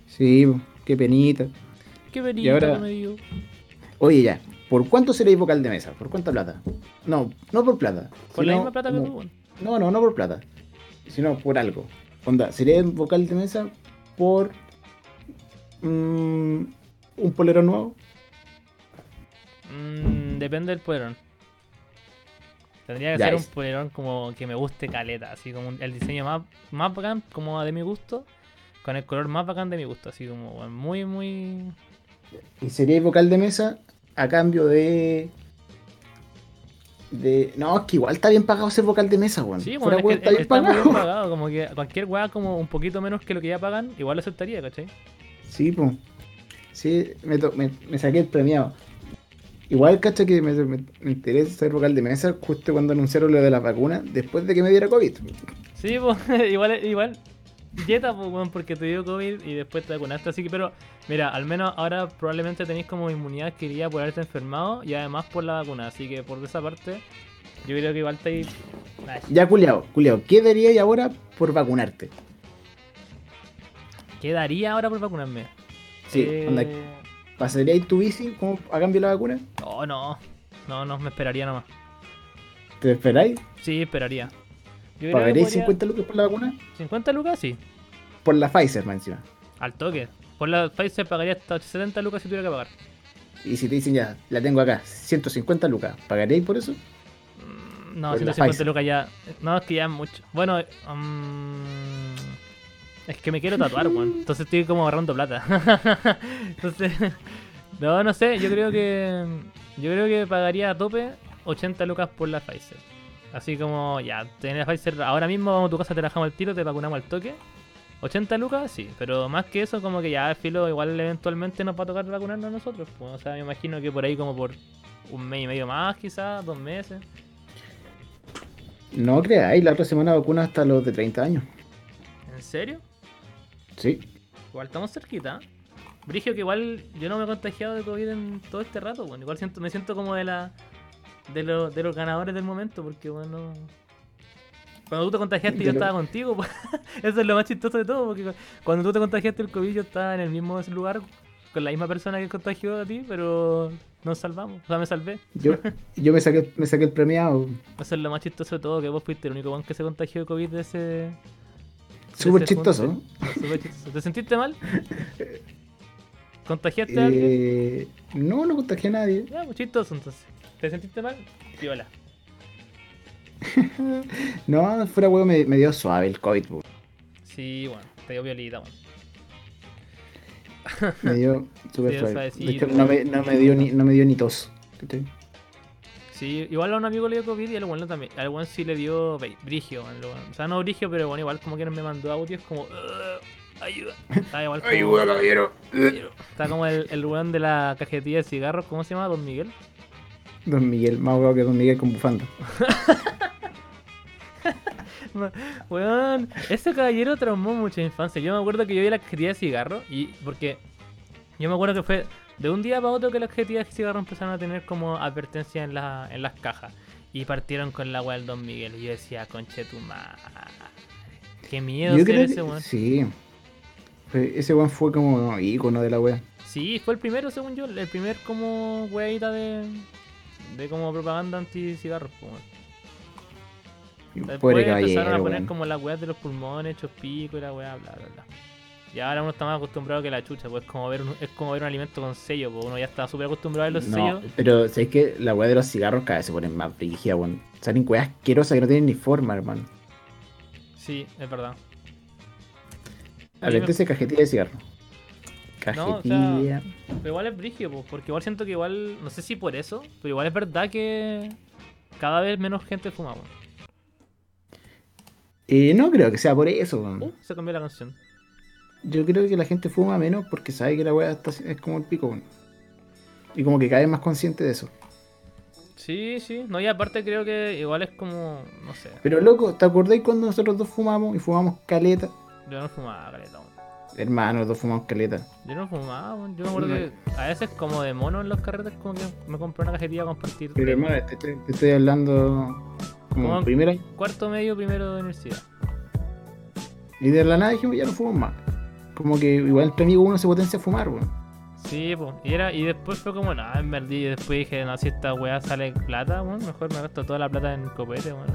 Sí, po, qué penita.
Qué bonito
ahora-
que me dio.
Oye, ya, ¿por cuánto seréis vocal de mesa? ¿Por cuánta plata? No, no por plata.
Con la
sino-
misma plata que
no,
tú, weón.
No, no, no por plata. Sino por algo. Onda, seréis vocal de mesa por. mm, un polero nuevo.
Mm, depende del polerón. Tendría que
Ya,
ser un
es-
polerón como que me guste caleta, así como un- el diseño más, más bacán, como de mi gusto, con el color más bacán de mi gusto, así como bueno, muy, muy...
Y sería vocal de mesa a cambio de. De. No, es que igual está bien pagado ser vocal de mesa, weón.
Sí,
Fuera
bueno, es
weón,
que
está bien
está muy
pagado.
bien pagado, como que cualquier weá como un poquito menos que lo que ya pagan, igual lo aceptaría, ¿cachai?
Sí, pues. Sí, me, to- me, me saqué el premiado. Igual, cacha, que me, me, me enteré de ser vocal de mesa justo cuando anunciaron lo de la vacuna, después de que me diera COVID.
Sí, pues, igual, igual. Dieta, pues, weón, porque te dio COVID y después te vacunaste. Así que, pero, mira, al menos ahora probablemente tenéis como inmunidad adquirida por haberte enfermado y además por la vacuna. Así que, por esa parte, yo creo que igual estáis. Ay,
Ya, culiao, culiao, ¿qué daríais ahora por vacunarte?
¿Qué daría ahora por vacunarme?
Sí,
Eh,
onda, ¿pasaríais tu bici como a cambio de la vacuna?
No, oh, no. No, no, me esperaría nomás.
¿Te esperáis?
Sí, esperaría. Yo creo que
¿Pagaréis
podría-
50 lucas por la vacuna?
50 lucas, sí.
Por la Pfizer, más encima.
Al toque. Por la Pfizer pagaría hasta 70 lucas si tuviera que pagar.
Y si te dicen ya, la tengo acá, 150 lucas, ¿pagaréis por eso?
No,
Por la
150
Pfizer.
lucas ya. No, es que ya es mucho. Bueno, mm, es que me quiero tatuar, weón. Entonces estoy como ahorrando plata. Entonces, no, no sé. Yo creo que. Yo creo que pagaría a tope 80 lucas por la Pfizer. Así como, ya, tener la Pfizer. Ahora mismo vamos a tu casa, te bajamos el tiro, te vacunamos al toque. 80 lucas, sí, pero más que eso, como que ya filo, igual eventualmente nos va a tocar vacunarnos nosotros. pues. o sea, me imagino que por ahí, como por un mes y medio más, quizás, dos meses.
No creáis, la otra semana vacuna hasta los de 30 años.
¿En serio?
Sí.
Igual estamos cerquita. ¿eh? Brigio, que igual yo no me he contagiado de COVID en todo este rato, bueno. Igual siento, me siento como de la de, los- de los ganadores del momento, porque bueno. Cuando tú te contagiaste,
De
yo
lo-
estaba contigo. po. Eso es lo más chistoso de todo, porque cu- cuando tú te contagiaste el COVID, yo estaba en el mismo lugar con la misma persona que contagió a ti, pero nos salvamos. O sea, me salvé.
Yo, yo me, saqué, me saqué el premiado.
Eso es lo más chistoso de todo, que vos fuiste el único weón que se contagió de COVID de ese. de
Súper
ese junte.
chistoso.
Súper chistoso. ¿Te sentiste mal? ¿Contagiaste a alguien?
Eh, no, no contagié a nadie.
Ya, pues chistoso entonces. ¿Te sentiste mal? Viola.
No, fuera huevo me, me dio suave el COVID. po.
Sí, bueno, te dio violita, bueno.
Me dio
Sí,
súper suave.
suavecito.
De hecho, no me, no me dio ni, no me dio ni tos. ¿cachai?
Sí, igual a un amigo le dio COVID y al weón también. Al weón sí le dio ve- brigio, weón, lo weón. O sea, no brigio, pero bueno, igual como que me mandó audios como. "Ugh, Ayuda. Estaba igual como, ayuda, Está como el, el weón de la cajetilla de cigarros, ¿cómo se llama? Don Miguel.
Don Miguel, más huevo que Don Miguel con bufanda.
Weón, ese caballero traumó mucha infancia. Yo me acuerdo que yo vi la cajetilla de cigarro y porque yo me acuerdo que fue de un día para otro que las cajetillas de cigarro empezaron a tener como advertencias en, la- en las cajas y partieron con la weá del Don Miguel. Y yo decía, conche tu madre. Qué miedo ser
Yo creo
ese
que-
weón.
Sí. Fue- ese weón fue como ícono de la wea.
Sí, fue el primero, según yo, el primer como weadita de, de como propaganda anti-cigarros. po, weón. Después
Pobre
empezaron a
caballero.
poner
weón.
como las weas de los pulmones, hechos pico y la wea, bla, bla, bla. Y ahora uno está más acostumbrado que la chucha, pues es como ver un, es como ver un alimento con sello, pues uno ya está súper acostumbrado a ver los
No,
sellos.
pero sabes que la weá de los cigarros cada vez se ponen más brígida, weón. Salen weas asquerosas que no tienen ni forma, hermano.
Sí, es verdad.
Aléntese cajetilla de cigarro.
No, o
Cajetilla.
sea- Pero igual es brígido, pues, porque igual siento que igual, no sé si por eso, pero igual es verdad que cada vez menos gente fuma, weón.
Eh, no creo que sea por eso, weón.
Uh, se cambió la canción.
Yo creo que la gente fuma menos porque sabe que la weá está- es como el pico, weón. Y como que cada vez más consciente de eso.
Sí, sí. No, y aparte creo que igual es como, no sé,
Pero loco, ¿te acordáis cuando nosotros dos fumamos y fumamos caleta?
yo no fumaba, caleta, weón.
Hermano, los dos fumamos caleta.
Yo no fumaba, weón. yo me acuerdo que a veces como de mono en los carretes como que me compré una cajetilla a compartir.
Pero
de
hermano, te estoy, te estoy hablando como
Como-
en primer año.
Cuarto medio, primero de universidad.
Y de la nada dijimos, ya no fumo más. Como que igual entre amigos uno se potencia a fumar, weón.
Sí, pues. Y, era, y después fue como, nada, me perdí. Y después dije, no, si esta weá sale plata, weón, mejor me gasto toda la plata en copete, weón.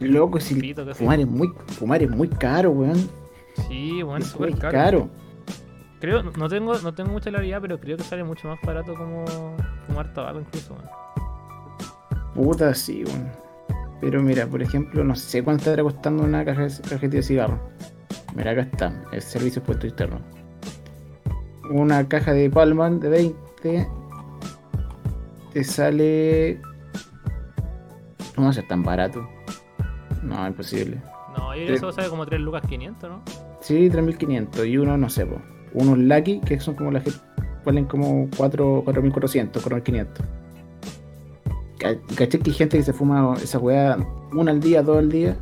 Loco, si
Pito, que sí.
fumar es muy fumar es muy caro, weón.
Sí, weón,
Es
es súper
muy
caro.
caro.
Creo, no tengo, no tengo mucha claridad, pero creo que sale mucho más barato como fumar tabaco incluso, weón.
Puta, sí, weón. Pero mira, por ejemplo, no sé cuánto estará costando una caja- cajetilla de cigarro. Mira, acá está, el servicio puesto externo. Una caja de Palman de 20 te sale. No va a ser tan barato. No, imposible.
No, yo creo que eso sale como 3 lucas 500, ¿no?
Sí, 3.500 y uno, no sé, po. Unos Lucky, que son como las que valen como 4, 4.400, 4.500. Ca- ¿Caché que hay gente que se fuma esa weá una al día, dos al día?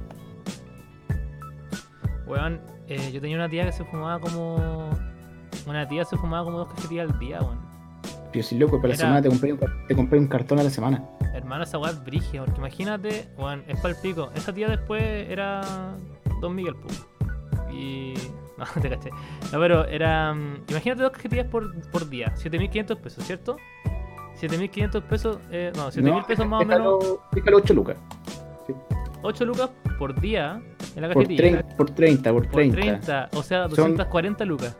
Weón, eh, yo tenía una tía que se fumaba como... Una tía se fumaba como dos cajetillas al día, weón.
Yo soy loco, para la
Era-
semana te compré, un, car- te compré un cartón a la semana.
Hermano, esa weá es brígida, porque imagínate, weón, es pa'l pico. Esa tía después era Don Miguel, po. Y. No, te caché. No, pero era. mm, Imagínate dos cajetillas por, por día, 7500 pesos, ¿cierto? 7500 pesos, eh, no, 7000
No,
pesos más o
déjalo-
menos,
Déjalo 8 lucas.
8 lucas por día en la
Por,
cajetilla.
trein- por 30, por
Por
30.
30, o sea,
Son-
240 lucas.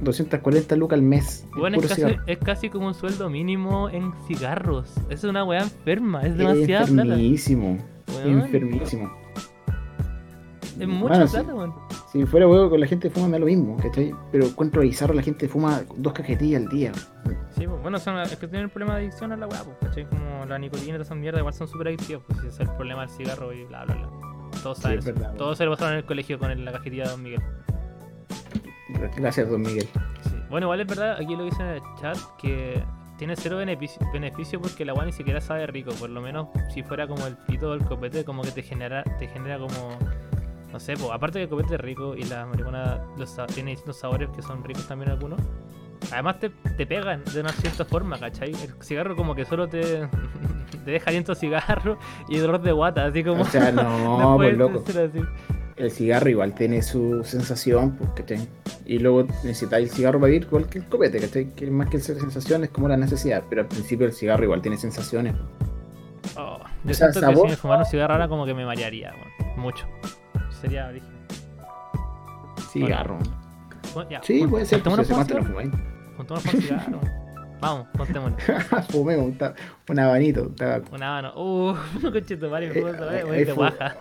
240 lucas al mes.
Bueno, es
Puro
casi,
cigarro.
es casi como un sueldo mínimo en cigarros. Es una weá enferma, es
Es
demasiada plata.
Enfermísimo.
Weón,
Enfermísimo.
es mucha
Bueno, sí.
plata, weón.
Si fuera huevo con la gente que fuma me da lo mismo, ¿cachai? Pero encuentro bizarro la gente que fuma dos cajetillas al día.
Sí, pues, bueno, son, es que tienen el problema de adicción a la weá, pues, ¿cachai? Como la nicotina y toda esa mierda igual son súper adictivos, pues, ese es el problema del cigarro y bla, bla, bla. Todos
Sí,
saben
es
eso.
verdad, pues.
Todos se lo pasaron en el colegio con el- la cajetilla de Don Miguel.
Gracias, don Miguel.
Sí. Bueno, igual es verdad, aquí lo que dicen en el chat, que tiene cero beneficio, beneficio porque la agua ni siquiera sabe rico. Por lo menos si fuera como el pito o el copete, como que te genera, te genera como. No sé, po, aparte que el copete es rico y la marihuana los, sa- tiene distintos sabores que son ricos también algunos. Además te, te pegan de una cierta forma, ¿cachai? El cigarro como que solo te, te deja aliento a cigarro y dolor de guata, así como...
O sea, no,
después
pues loco.
de ser así.
El cigarro igual tiene su sensación, pues, ¿cachai? Y luego necesitáis el cigarro para vivir igual que el copete, ¿cachai? Que más que ser sensación es como la necesidad, pero al principio el cigarro igual tiene sensaciones. pues.
Oh, yo
O sea,
siento
sabor-
que si me fumara un cigarro ahora como que me marearía, weón. mucho. Sería original.
Cigarro.
Bueno, ya,
Sí,
pon-
puede ser, pues,
Juntémonos
si hace
por un
cuánto no
cigarro.
fumáis.
Juntémonos por un cigarro. Vamos, contémonos.
Ah, Fumé un, ta- un habanito, un tabaco.
Un habano. Uh, un cochito, vale,
Eh,
me gusta, vale,
ahí
weón, de
fue.
guaja.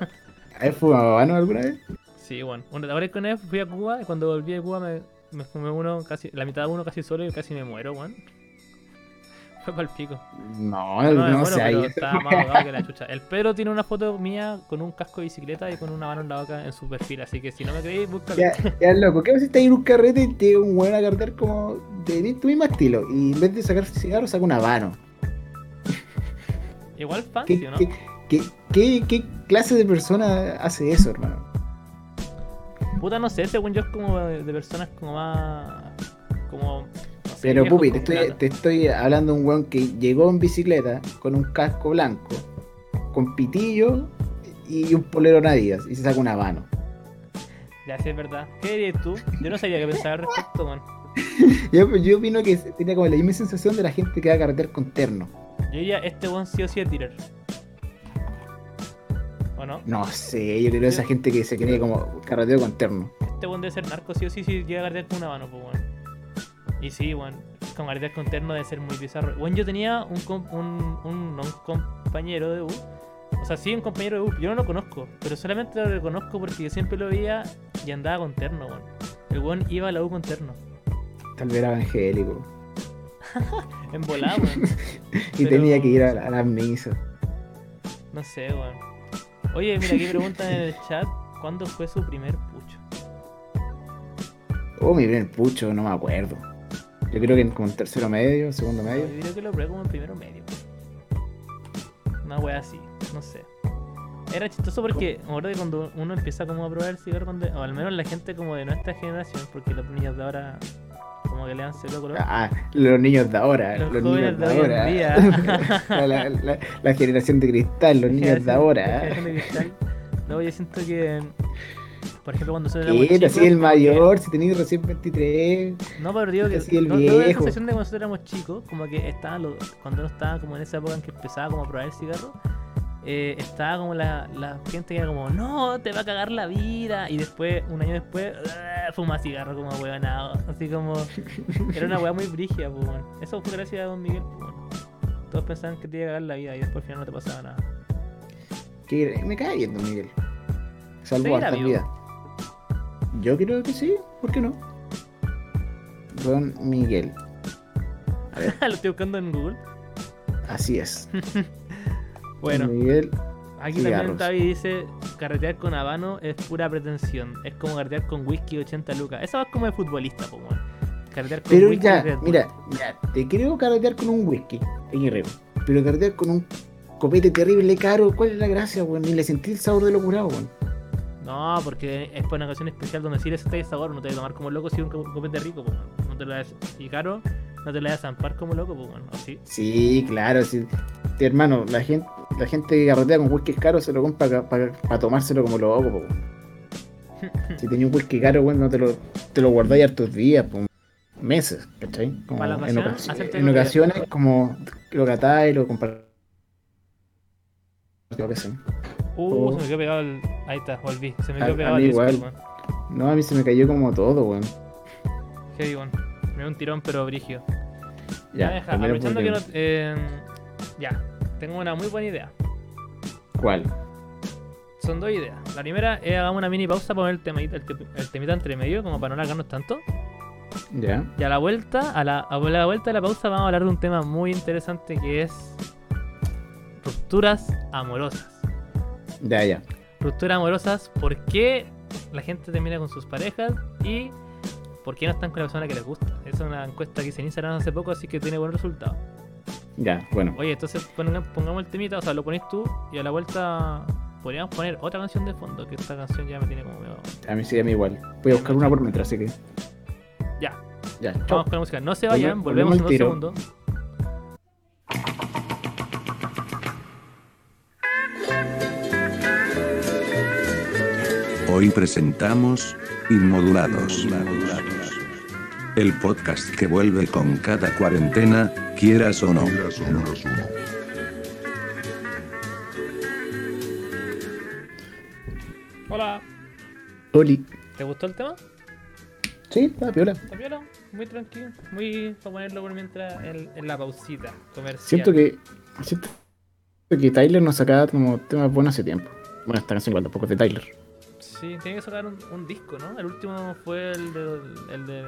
¿Has fumado habano alguna vez?
Sí, bueno. Una, ahora con él fui a Cuba y cuando volví de Cuba me, me fumé uno casi, la mitad de uno casi solo y casi me muero, weón. Fue pa'l pico.
No,
No,
no,
me muero,
sé, ahí
pero estaba más ahogado que la chucha. El Pedro tiene una foto mía con un casco de bicicleta y con una mano en la boca en su perfil, así que si no me creéis, búscalo.
Ya, ya, loco, ¿qué pasa si estás en un carrete y te un weón a cargar como de tu mismo estilo? Y en vez de sacar cigarro, saca un habano.
Igual
¿Qué,
fancy, Ah, ¿no?
qué- qué- qué- qué clase de persona hace eso, hermano?
Puta, no sé, según yo es como de de personas como más... Como... no sé,
Pero,
viejos
Pupi, te
con
estoy,
plata.
te estoy hablando de un weón que llegó en bicicleta con un casco blanco, con pitillo y un polero Adidas y se saca un habano.
Ya, sí, es verdad. ¿Qué dirías tú? Yo no sabía qué pensar al respecto, man.
Yo, yo opino que tenía como la misma sensación de la gente que va a carretear con terno.
Yo diría, este buen sí o sí es tirar. ¿O no?
No sé, yo creo esa gente que se cree como carreteo con terno.
Este buen debe ser narco sí o sí si llega a cartear con una mano, pues, weón. Y sí, weón. Con cartear con terno debe ser muy bizarro. Bueno, yo tenía un, com- un, un, no, un compañero de U. O sea, sí, un compañero de U. Yo no lo conozco. Pero solamente lo reconozco porque yo siempre lo veía y andaba con terno, weón. El weón iba a la U con terno.
Tal vez era evangélico.
En volada, weón.
Y
Pero-
tenía que ir a, a las misas.
No sé, weón. Oye, mira, aquí preguntan en el chat: ¿cuándo fue su primer pucho?
Oh, mi primer pucho, no me acuerdo. Yo creo que en como en tercero medio, segundo medio.
Yo creo que lo probé como en primero medio. weón. Una wea así, no sé. Era chistoso porque me acuerdo que cuando uno empieza como a probar el cigarro, cuando- o al menos la gente como de nuestra generación, porque los niños de ahora como que le dan cero color.
Ah, los niños de ahora,
Los
los,
jóvenes
niños
de
de
hoy en
ahora.
día.
la, la- la- la generación de cristal, los niños de ahora.
Generación
¿eh?
de cristal. No, yo siento que, por ejemplo, cuando soy
¿Qué? Pero si el mayor, si tenéis recién 23.
No, pero digo que
Así el
no, no da la
viejo.
sensación de cuando nosotros éramos chicos, como que estaba lo- cuando uno estaba como en esa época en que empezaba como a probar el cigarro, eh, estaba como la, la gente que era como, no, te va a cagar la vida, y después, un año después, "Ah", fuma cigarro como huevonado, así como, era una hueá muy brígida, pues bueno. Eso fue gracias a Don Miguel, pues bueno. Todos pensaban que te iba a cagar la vida y después al final no te pasaba nada.
que me cae yendo, Miguel. Salvo
¿Seguirá
harta
vivo?
vida. Yo creo que sí, ¿por qué no? Don Miguel,
Lo estoy buscando en Google.
así es.
Bueno.
Don Miguel,
Aquí también
Cigarros.
Tavi dice, carretear con habano es pura pretensión. Es como carretear con whisky 80 lucas. Esa es como de futbolista, po, weón. Carretear con
Pero
whisky Red
ya,
Bull.
mira, ya, te creo carretear con un whisky, Guerrero. Pero carretear con un copete terrible caro, ¿cuál es la gracia, weón? Ni le sentí el sabor de lo curado, weón.
No, porque es para una ocasión especial donde si le está de sabor, no te vas a tomar como loco si un co- copete rico, po, weón. No te lo das. Y caro, no te lo das a zampar como loco, po, weón. ¿O sí?
Sí, claro, sí. Sí, Hermano, la gente, la gente que carretea con whisky caro se lo compra para tomárselo como lo hago, weón. Si tenía un whisky caro, weón, no te lo, te lo guardáis hartos días, po, meses, ¿cachai? Como
Para la
en,
ocasión,
ocasi-
hacerte
en
lo que-
ocasiones, como lo catáis, lo compartís. Yo qué sé.
Uh,
Oh.
se me quedó pegado el... Ahí está, volví. Se me
A-
quedó
a
pegado
mí
el disco,
igual.
weón.
No, a mí se me cayó como todo, weón.
Heavy, weón. Me dio un tirón, pero brigio. Ya,
Ya,
deja.
primero
Aprovechando que no...
porque-
eh, ya, tengo una muy buena idea.
¿Cuál?
Son dos ideas. La primera es hagamos una mini pausa para poner el temita, el, te- el temita entre medio, como para no alargarnos tanto.
Ya.
Y a la vuelta, a la, a la vuelta de la pausa vamos a hablar de un tema muy interesante que es rupturas amorosas.
Ya, ya.
Rupturas amorosas, ¿por qué la gente termina con sus parejas? Y ¿por qué no están con la persona que les gusta? Es una encuesta que hice en Instagram hace poco, así que tiene buen resultado.
Ya, bueno.
Oye, entonces ponle- pongamos el temita, o sea, lo pones tú y a la vuelta podríamos poner otra canción de fondo, que esta canción ya me tiene como medio-
A mí sí, a mí igual. Voy a buscar una por mientras, así que.
Ya,
Ya, chao.
vamos con la música. No se vayan,
Volve-
volvemos en
volvemos
un
al tiro.
segundo.
Hoy presentamos Inmodulados. El podcast que vuelve con cada cuarentena, quieras o no.
Hola,
Oli.
¿te gustó el tema?
Sí, está piola.
¿Está piola? Muy tranquilo, muy para ponerlo por mientras en, en la pausita comercial.
Siento que. Siento que Tyler nos sacaba como temas buenos hace tiempo. Bueno, esta canción igual tampoco es de Tyler.
Sí, tiene que sacar un, un disco, ¿no? El último fue el de, el de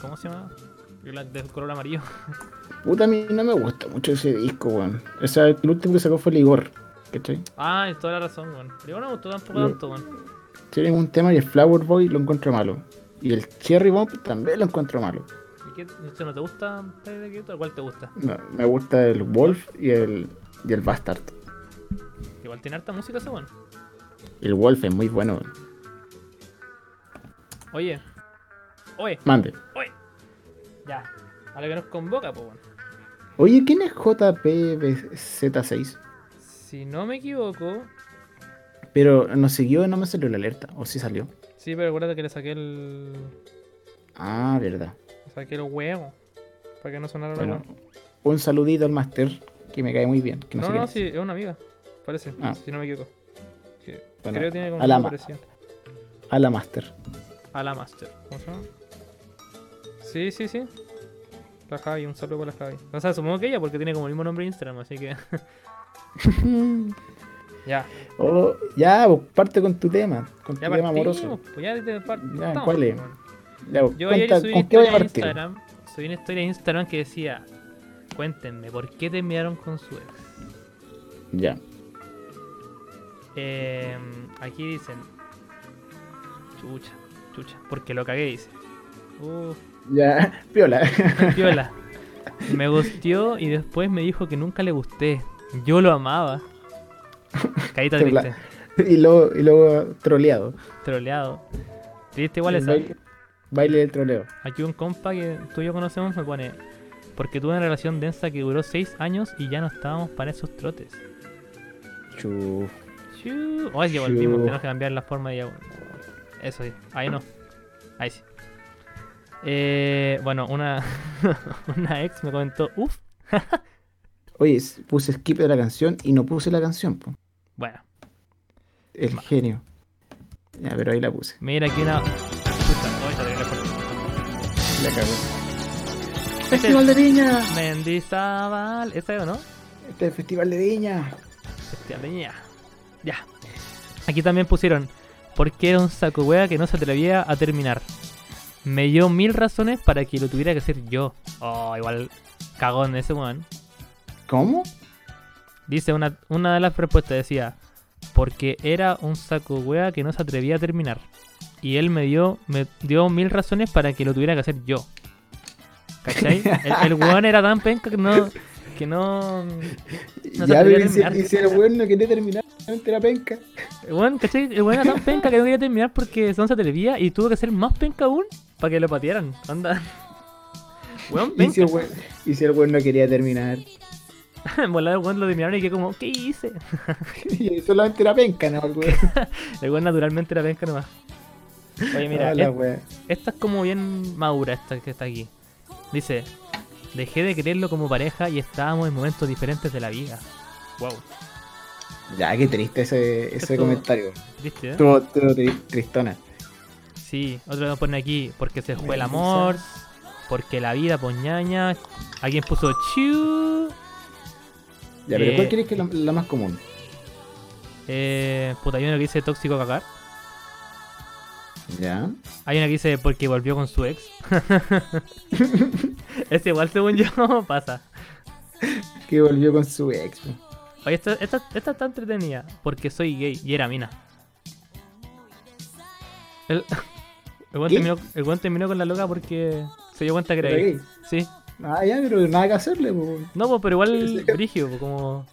¿cómo se llama? El de color amarillo.
Puta, a mí no me gusta mucho ese disco, weón. O sea, el último que sacó fue Ligor. ¿Cachai?
Ah, es toda la razón, weón. Pero no me gustó tampoco
No.
tanto, weón.
Tiene un tema y el Flower Boy lo encuentro malo. Y el Cherry Bomb también lo encuentro malo.
¿Y qué? no sé, ¿No te gusta Tyler, the Creator? ¿Cuál te gusta?
No, me gusta el Wolf y el, y el Bastard.
Igual tiene harta música ese weón.
El Wolf es muy bueno. weón.
Oye. Oye,
Mande.
oye. Ya. A lo que nos convoca, pues weón.
Oye, ¿quién es JPBZ6?
Si no me equivoco.
Pero nos siguió y no me salió la alerta. ¿O sí salió?
Sí, pero acuérdate que le saqué el.
Ah, verdad.
Le saqué el huevo. Para que no sonara la
Bueno,
weón.
un saludito al Master, que me cae muy bien. Que no,
No,
sé
no,
quién es.
sí, es una amiga. Parece,
Ah.
si no me equivoco. Que-
Bueno,
creo que tiene como
a la
una
ma-
presión.
A la Master.
A la Master. ¿Cómo se llama? Sí, sí, sí. La Javi, un saludo para la Javi. O sea, supongo que ella, porque tiene como el mismo nombre de Instagram, así que. ya.
Oh, ya, vos, parte con tu tema. Con tu
Ya
tema
partimos,
amoroso.
pues ya desde parte.
Ya,
estamos,
¿cuál es?
pues, bueno.
Ya, vos,
Yo
cuenta,
ayer subí una
¿Con qué voy
historia
a
en
partir?
Instagram. Subí una historia en Instagram que decía: Cuéntenme, ¿por qué terminaron con su ex?
Ya.
Eh, aquí dicen. Chucha, chucha. Porque lo cagué, dice. Uf,
Ya, piola.
piola. Me gustió y después me dijo que nunca le gusté. Yo lo amaba. Caíta
Te bla-
triste.
y, luego, y luego troleado.
Troleado. Triste igual
El
esa.
baile, baile del troleo.
Aquí un compa que tú y yo conocemos me pone. Porque tuve una relación densa que duró 6 años y ya no estábamos para esos trotes.
Chu.
Chu. Oh, es que volvimos,
Chu.
tenemos que cambiar la forma de diálogo. Eso sí, ahí no. Ahí sí. Eh, bueno, una, una ex me comentó, uff,
Oye, s- puse skip de la canción y no puse la canción. po.
bueno,
El genio. Ya, pero ahí la puse.
mira aquí una... Puta, oye, salió la puerta.
La cago.
Festival
¡Festival de Viña!
Mendizábal, ¿esa es o no?
Este es el Festival de Viña.
Hostia, leña. Ya. Aquí también pusieron, ¿por qué era un saco wea que no se atrevía a terminar? Me dio mil razones para que lo tuviera que hacer yo. Oh, igual cagón ese weón.
¿Cómo?
Dice una, una de las respuestas, decía, porque era un saco hueá que no se atrevía a terminar. Y él me dio, me dio mil razones para que lo tuviera que hacer yo. ¿Cachai? El, el weón era tan penca que no. Que no. No se
ya,
podía
pero y si-
terminar.
y si el weón no quería terminar, realmente era penca.
El weón, ¿cachai? El weón era tan penca que no quería terminar porque no se atrevía y tuvo que ser más penca aún para que lo patearan. Anda. Weón
Y si,
penca.
el weón, y si el weón no quería terminar.
En volada el weón lo terminaron y que como, ¿qué hice?
Y solamente era penca, ¿no? El weón.
El weón naturalmente era penca nomás. Oye, mira, este
Ah, la
es-
weá.
Esta es como bien madura, esta que está aquí. Dice, dejé de quererlo como pareja y estábamos en momentos diferentes de la vida. Wow,
Ya, qué triste ese, ese
Esto-
comentario.
¿viste? eh?
Estuvo estuvo tri- tristona.
Sí, otro nos pone aquí, porque se fue el
Bueno,
amor, porque la vida, poñaña. Alguien puso chu.
Ya, pero
Eh,
¿cuál crees que es la, la más común?
Eh, puta, hay uno que dice tóxico cagar.
Ya.
Hay una que dice porque volvió con su ex. Ese igual, según yo, pasa.
Que volvió con su ex. po.
Oye, esta, esta, esta está entretenida. Porque soy gay y era mina. El, el, weón
¿Qué?
terminó, el weón terminó con la loca porque se dio cuenta que era
¿Era
gay.
gay?
Sí.
Ah, ya, pero nada que hacerle, po.
No, po, pero igual brígido, po, como.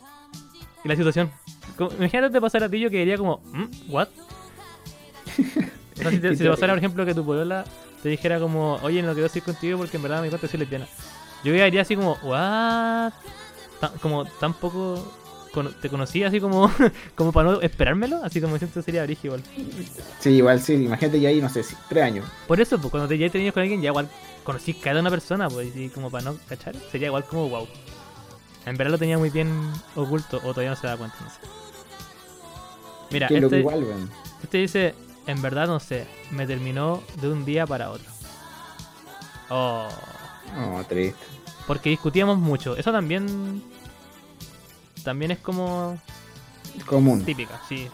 Y la situación. Como- imagínate te pasara a ti, yo quedaría como, ¿Mm? ¿what? O sea, si te, si te pasara, por ejemplo, que tu polola te dijera como, oye, no quiero seguir contigo porque en verdad me di cuenta que soy lesbiana. Yo quedaría así como, ¿what? Tan- como tampoco te conocía así como, como para no esperármelo, así como siento sería brígido igual.
Sí, igual sí, imagínate ya ahí, no sé, sí, tres años.
Por eso, pues cuando te ya tenías con alguien, ya igual conocís cada una persona, pues, y como para no cachar, sería igual como wow. En verdad lo tenía muy bien oculto, o todavía no se da cuenta, no sé. Mira,
que es lo que
este,
igual, weón.
este dice, en verdad no sé, me terminó de un día para otro. Oh,
No, triste.
porque discutíamos mucho. Eso también. También es como
Común.
típica, sí.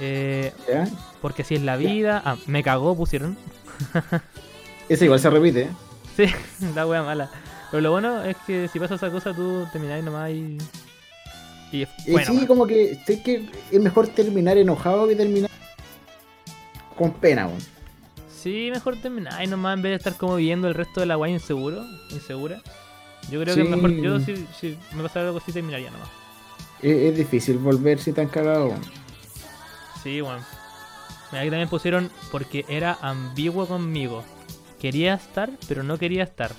Eh,
¿ya?
porque así es la vida. Ah, me cagó, pusieron.
Ese igual se repite, ¿eh?
Sí, la wea mala. Pero lo bueno es que si pasa esa cosa, tú terminás nomás y. Y es
Y
bueno.
sí,
bueno.
como que sé que es mejor terminar enojado que terminar con pena, weón.
Sí, mejor termináis nomás en vez de estar como viendo el resto de la wea inseguro, insegura. Yo creo que
Sí.
mejor. Yo si, si me pasara algo así, terminaría nomás.
Es, es difícil volver si tan cagado, weón.
Sí, bueno. Mira, Aquí también pusieron porque era ambiguo conmigo. Quería estar, pero no quería estar.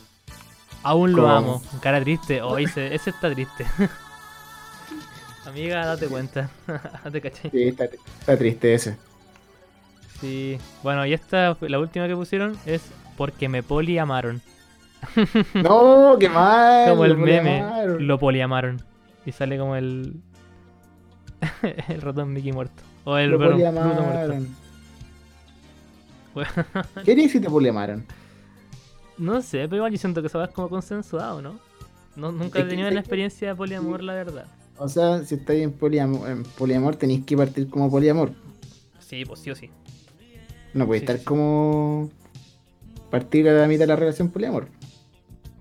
Aún lo
¿Cómo?
amo. Cara triste. Oh, ese, ese está triste. Amiga, date cuenta. date caché.
Sí, está, está triste ese.
Sí. Bueno, y esta, la última que pusieron es porque me poliamaron.
No, qué mal.
Como el
lo
meme.
llamaron.
Lo poliamaron. Y sale como el. el ratón Mickey muerto. O el
Lo
bueno, Pluto muerto.
poliamaron.
Bueno.
¿Qué harías si te poliamaron?
No sé, pero igual yo siento que eso es como consensuado, ¿no? No- nunca
Es
he
que
tenido
sé
una
que-
experiencia de poliamor, la verdad.
O sea, si estáis en poliamor, en poliamor tenéis que partir como poliamor.
Sí, pues sí o sí.
No puede
Sí,
estar
sí.
como. Partir a la mitad de la relación poliamor.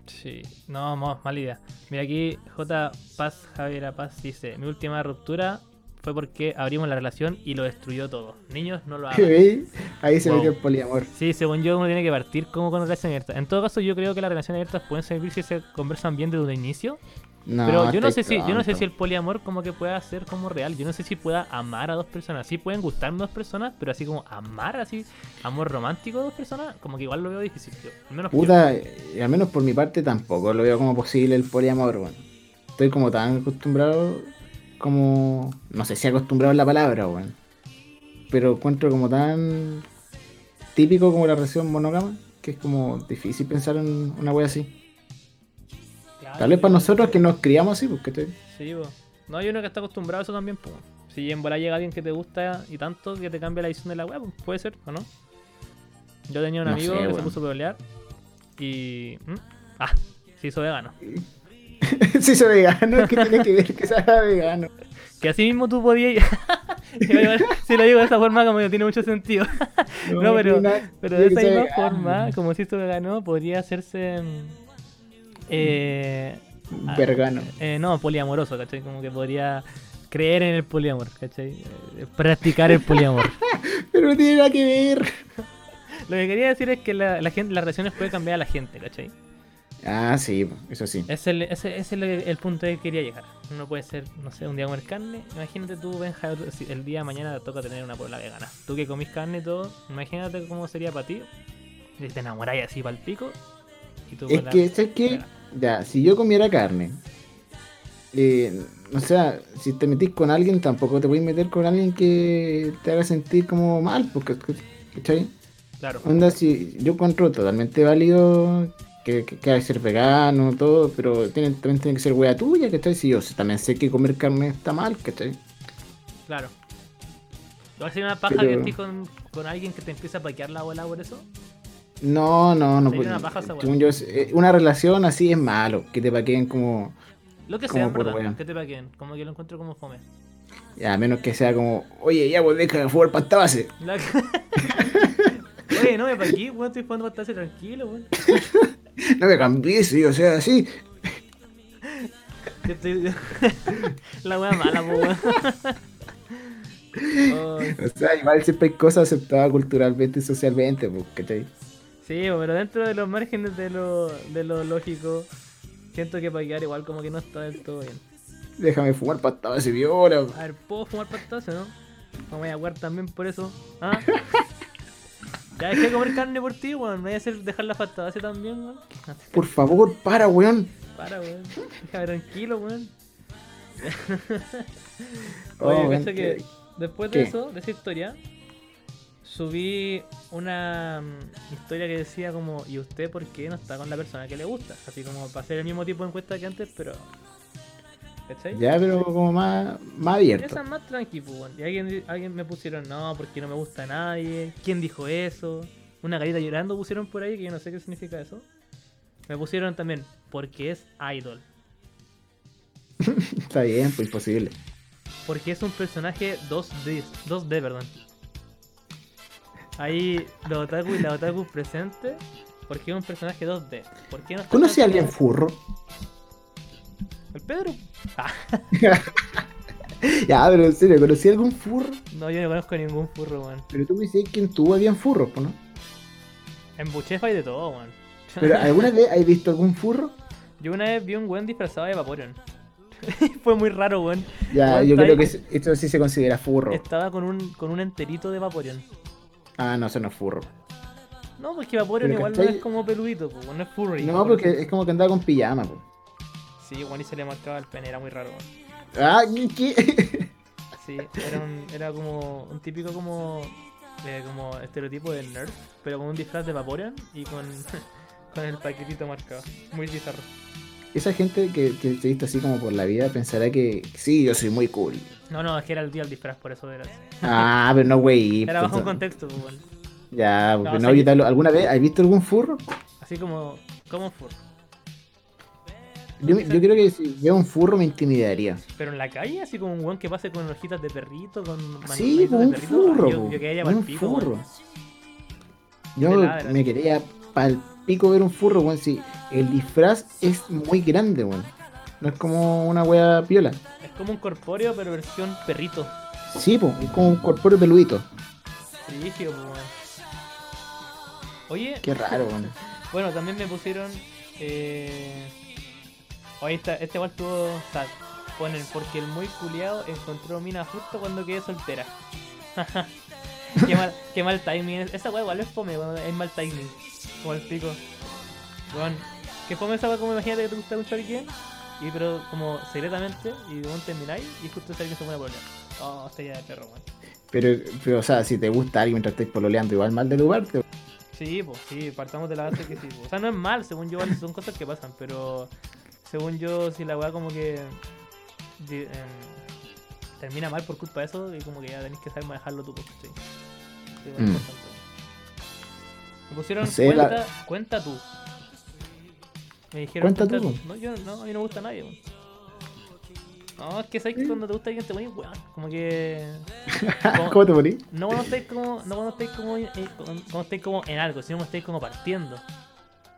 Sí. No, mo- mala idea. Mira aquí, J. Paz, Javiera Paz dice: Mi última ruptura fue porque abrimos la relación y lo destruyó todo. Niños, no lo hagan.
¿Veis? Ahí se
Wow.
metió el poliamor.
Sí, según yo, uno tiene que partir como con relación abierta. En todo caso, yo creo que las relaciones abiertas pueden servir si se conversan bien desde un inicio.
No,
Pero yo no sé
estáis
si, yo no sé si el
tonto.
poliamor como que pueda ser como real. Yo no sé si pueda amar a dos personas. Sí pueden gustarme dos personas, pero así como amar así, amor romántico a dos personas, como que igual lo veo difícil. yo. Al menos
Puta, eh, al menos por mi parte tampoco lo veo como posible el poliamor, weón. Estoy como tan acostumbrado, como. No sé si acostumbrado es la palabra, weón. Pero encuentro como tan típico como la relación monógama, que es como difícil pensar en una wea así.
yo. Claro,
Tal vez
yo-
para nosotros que nos criamos así, porque estoy.
Sí, po. No, hay uno que está acostumbrado a eso también, pues. Si en bola llega alguien que te gusta y tanto que te cambia la visión de la web, puede ser, ¿o no? Yo tenía un
No
amigo
sé,
que se
weón.
puso a pelear y. ¿Mm? Ah, se hizo vegano.
si soy vegano, ¿qué tiene que ver que sea vegano?
Que así mismo tú podías. si lo digo de esa forma, como que tiene mucho sentido. No, pero-
tiene nada que
Pero de
ver que
esa
sea
misma
vegano.
forma, como si esto ganó, podría hacerse. mm, Eh, ah,
Vergano.
eh, no, poliamoroso, ¿cachai? Como que podría creer en el poliamor, ¿cachai? Eh, practicar el poliamor.
Pero no tiene nada que ver.
Lo que quería decir es que la, la gente, las relaciones pueden cambiar a la gente, ¿cachai?
Ah, sí, eso sí.
Ese es el- ese- ese es el, el punto que quería llegar. Uno puede ser, no sé, un día comer carne. Imagínate tú, Benja, otro- si el día de mañana te toca tener una pobla vegana. Tú que comís carne y todo, imagínate cómo sería para ti. Si te enamorás así para el pico. Y tú
Es
con la-
que, ¿sabes qué? Ya, si yo comiera carne, eh, o sea, si te metís con alguien, tampoco te puedes meter con alguien que te haga sentir como mal, porque, ¿cachai?
Claro.
Onda, si yo encuentro totalmente válido que, que, que hay que ser vegano, todo, pero tiene, también tiene que ser wea tuya, ¿cachai? Si yo también sé que comer carne está mal, ¿cachai?
Claro. ¿No sería una paja
Pero-
que estés con, con alguien que te empieza a paquear la abuela por eso?
No, no, no.
Sería
pues,
una paja esa wea.
según yo, es- eh, una relación así es malo, que te paquen como...
Lo que sea,
Como
en
por
verdad,
wea.
que te paqueen. Como que lo encuentro como fome.
A menos que sea como, oye, ya volví a jugar pasta base.
La- Oye, no me paqueé, weón. Estoy jugando bastante tranquilo, weón.
No me cambies, sí, o sea, sí.
Yo estoy- La wea mala, po, weón. Oh, Ay,
O sea, igual siempre hay cosas aceptadas culturalmente y socialmente, pues, ¿cachai?
Sí, pero dentro de los márgenes de lo, de lo lógico, siento que Paquiar igual como que no está del todo bien.
Déjame fumar pasta base viola.
A ver, ¿puedo fumar pastazo, no? No me voy a jugar también por eso. ¿Ah? ya dejé de comer carne por ti, weón. Me voy a hacer dejar la pastazo también, weón.
Por favor, para, weón.
Para, weón. Déjame tranquilo, weón.
Oh,
Oye, cacha
weón, qué-
que después
qué?
de eso, de esa historia, subí una mm, historia que decía como, ¿y usted por qué no está con la persona que le gusta? Así como para hacer el mismo tipo de encuesta que antes, pero... ¿Cachai?
Ya, pero como más, más abierto.
Esa es más tranqui, pues, weón. Y alguien, alguien me pusieron, no, porque no me gusta a nadie. ¿Quién dijo eso? Una carita llorando pusieron por ahí, que yo no sé qué significa eso. Me pusieron también, porque es idol.
Está bien, pues imposible.
Porque es un personaje 2D, 2D perdón. Ahí los otaku y las otaku presentes, porque es un personaje 2D. ¿Por qué no está
¿Conoce a
tan-
alguien furro?
El Pedro. Ah,
Ya, pero en serio, ¿conocí a algún furro?
no, yo no conozco ningún furro, weón.
Pero tú me dices que en tu habían furros, pues, ¿no?
En Buchefa hay de todo, weón.
Pero eh, ¿alguna vez has visto algún furro?
Yo una vez vi un weón disfrazado de Vaporeon. Fue muy raro, weón.
Ya,
Weón,
yo
está
creo
ahí.
que es- esto sí se considera furro.
Estaba con un, con un enterito de Vaporeon.
Ah, no, eso no es furro.
No, porque Vaporeon
Pero
igual no
¿cachai?
es como peludito, pues, no es furry.
No, porque es como que andaba con pijama, pues.
Sí, weón, y se le marcaba el pene, era muy raro, weón.
Ah, ¿y ¿qué?
Sí, era, un- era como un típico como, eh, como estereotipo de nerd, pero con un disfraz de Vaporeon y con, con el paquetito marcado. Muy bizarro.
Esa gente que, que te viste así como por la vida pensará que sí, yo soy muy cool.
No, no, es que era el día del disfraz, por eso era así.
Ah, pero no, güey.
Era bajo un
pues,
contexto, pues, weón.
Ya,
No,
porque
o sea,
no, yo te hablo- ¿Alguna vez has visto algún furro?
Así como, como fur.
Yo, yo creo que si veo un furro me intimidaría.
Pero en la calle, así como un weón que pase con hojitas de perrito, con manitas
Sí, pues,
de ah,
un furro.
Yo,
po,
yo quedaría
un
pa'l pico, weón.
furro. Yo
Te ladra.
me quería pal pico ver un furro, weón. Si el disfraz es muy grande, weón. No es como una wea piola.
Es como un corpóreo, pero versión perrito.
Sí, pues, es como un corpóreo peludito.
Rígido, pues, weón. Oye,
Qué raro, weón.
Bueno, también me pusieron. Eh... Oye, esta, este igual tuvo. sad. Ponen, porque el muy culiado encontró mina justo cuando quedé soltera. qué, mal, qué mal timing. Esa wea igual es fome, weón, es mal timing. Como el pico. Weón, qué fome esa wea, como imagínate que te gusta un choriquén. Y pero como secretamente, y de momento termináis, y justo ese alguien se pone a pololear. Oh, sería de perro, weón.
Pero, pero, o sea, si te gusta alguien mientras estés pololeando, igual mal de lugar, te-
Sí, pues sí, partamos de la base que sí. po. O sea, no es mal, según yo, son cosas que pasan, pero según yo, si la weá como que di- em, termina mal por culpa de eso, y como que ya tenés que saber manejarlo tú, pues, ¿cachai? Sí, bueno,
Mm.
importante. Me pusieron
No sé,
cuenta,
la-
cuenta tú. Me dijeron
Cuenta tú, po.
No, yo, no, a mí no me gusta nadie, weón. No, es que sabes que cuando te gusta alguien te pones weón. Como que. como-
¿Cómo te morís?
no cuando estáis como, no cuando estáis como, eh, cuando- cuando estáis como en algo, sino cuando estáis como partiendo.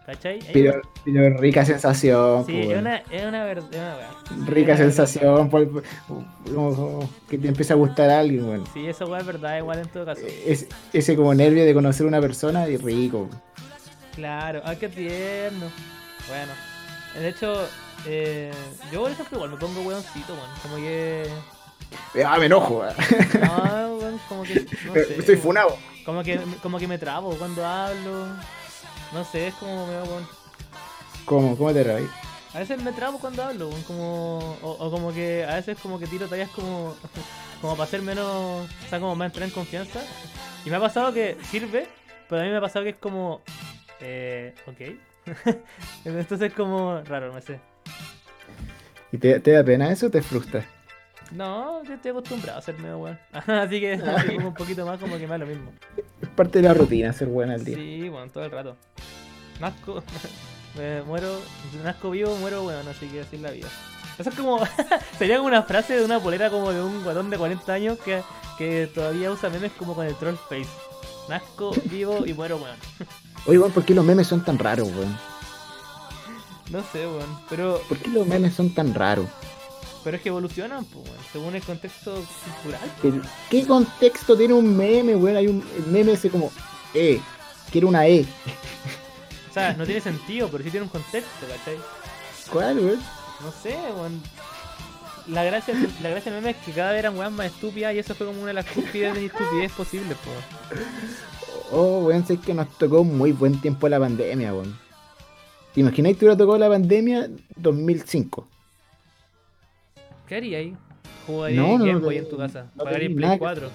¿Cachai? Hay
Pero, pero rica sensación,
una- sí,
po,
es
pues, weón.
una, es una verdad. Es una weá.
rica
Es una-
sensación, po, po, como- como que te empieza a gustar a alguien, weón.
Sí, esa weá es verdad, igual en todo caso.
Es- ese como nervio de conocer a una persona y rico.
Claro, ah, qué tierno. Bueno, de hecho, eh, yo por ejemplo igual me pongo weoncito, weón. Como que.
Ah, me enojo. ah.
No, weón, como que. No sé,
Estoy
weón.
funado.
Como que, como que me trabo cuando hablo. No sé, es como me weón.
¿Cómo? ¿Cómo te reís?
A veces me trabo cuando hablo, weón, como, o, o como que a veces como que tiro tallas como, como para hacer menos, o sea, como más entrar en confianza. Y me ha pasado que sirve, pero a mí me ha pasado que es como, eh, ok. Entonces es como raro, no sé.
¿Y te, te da pena eso o te frustra?
No, yo estoy acostumbrado a ser medio weón. así que así como un poquito más como que me da lo mismo.
Es parte de la rutina ser buena al día.
Sí, bueno, todo el rato. Nazco, me muero, nazco vivo, muero bueno, así que así es la vida. Eso es como, sería como una frase de una polera como de un guatón de 40 años que, que todavía usa memes como con el troll face. Nazco vivo y muero bueno.
Oye, weón, ¿por qué los memes son tan raros, weón?
No sé, weón, pero,
¿Por qué los memes son tan raros?
pero es que evolucionan, pues, weón, según el contexto cultural.
Pero, ¿Qué contexto tiene un meme, weón? Hay un el meme ese como, eh, Quiero una E.
O sea, no tiene sentido, pero sí tiene un contexto, ¿cachai?
¿Cuál, weón?
No sé, weón. La gracia, la gracia del meme es que cada vez eran weas más estúpidas y eso fue como una de las cúspides de estupidez posibles, pues, po.
Oh, weón, sé que nos tocó un muy buen tiempo la pandemia, weón. ¿Te imagináis que te hubiera tocado la pandemia 2005?
¿Qué haría ahí? Jugaría
No, no,
Game
no,
Boy
no,
en tu casa.
no
pagaría
tenía
Play
nada.
4.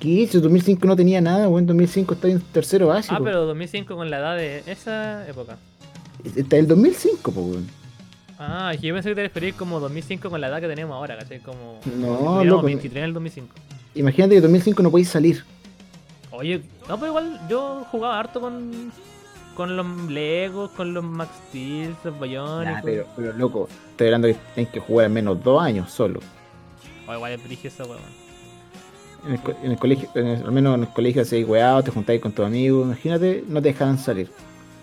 ¿Qué? Si 2005 no tenía nada, weón, 2005 está en tercero básico.
Ah, pero 2005 con la edad de esa época.
Está el 2005, po, weón.
Ah, es que yo pensé que te referías como 2005 con la edad que tenemos ahora, ¿cachai? Como.
No,
como si tuviéramos
loco,
23 en el 2005.
Imagínate que 2005 no podéis salir.
Oye, no, pero igual yo jugaba harto con. Con los Legos, con los Max Steel, los Bionic.
Nah, pero, pero loco, estoy hablando que tenés que jugar al menos dos años solo.
O Oh, igual es brígido esa weón.
En el, co- en el colegio, en el- al menos en el colegio hacéis weados, te juntáis con tus amigos, imagínate, no te dejaban salir.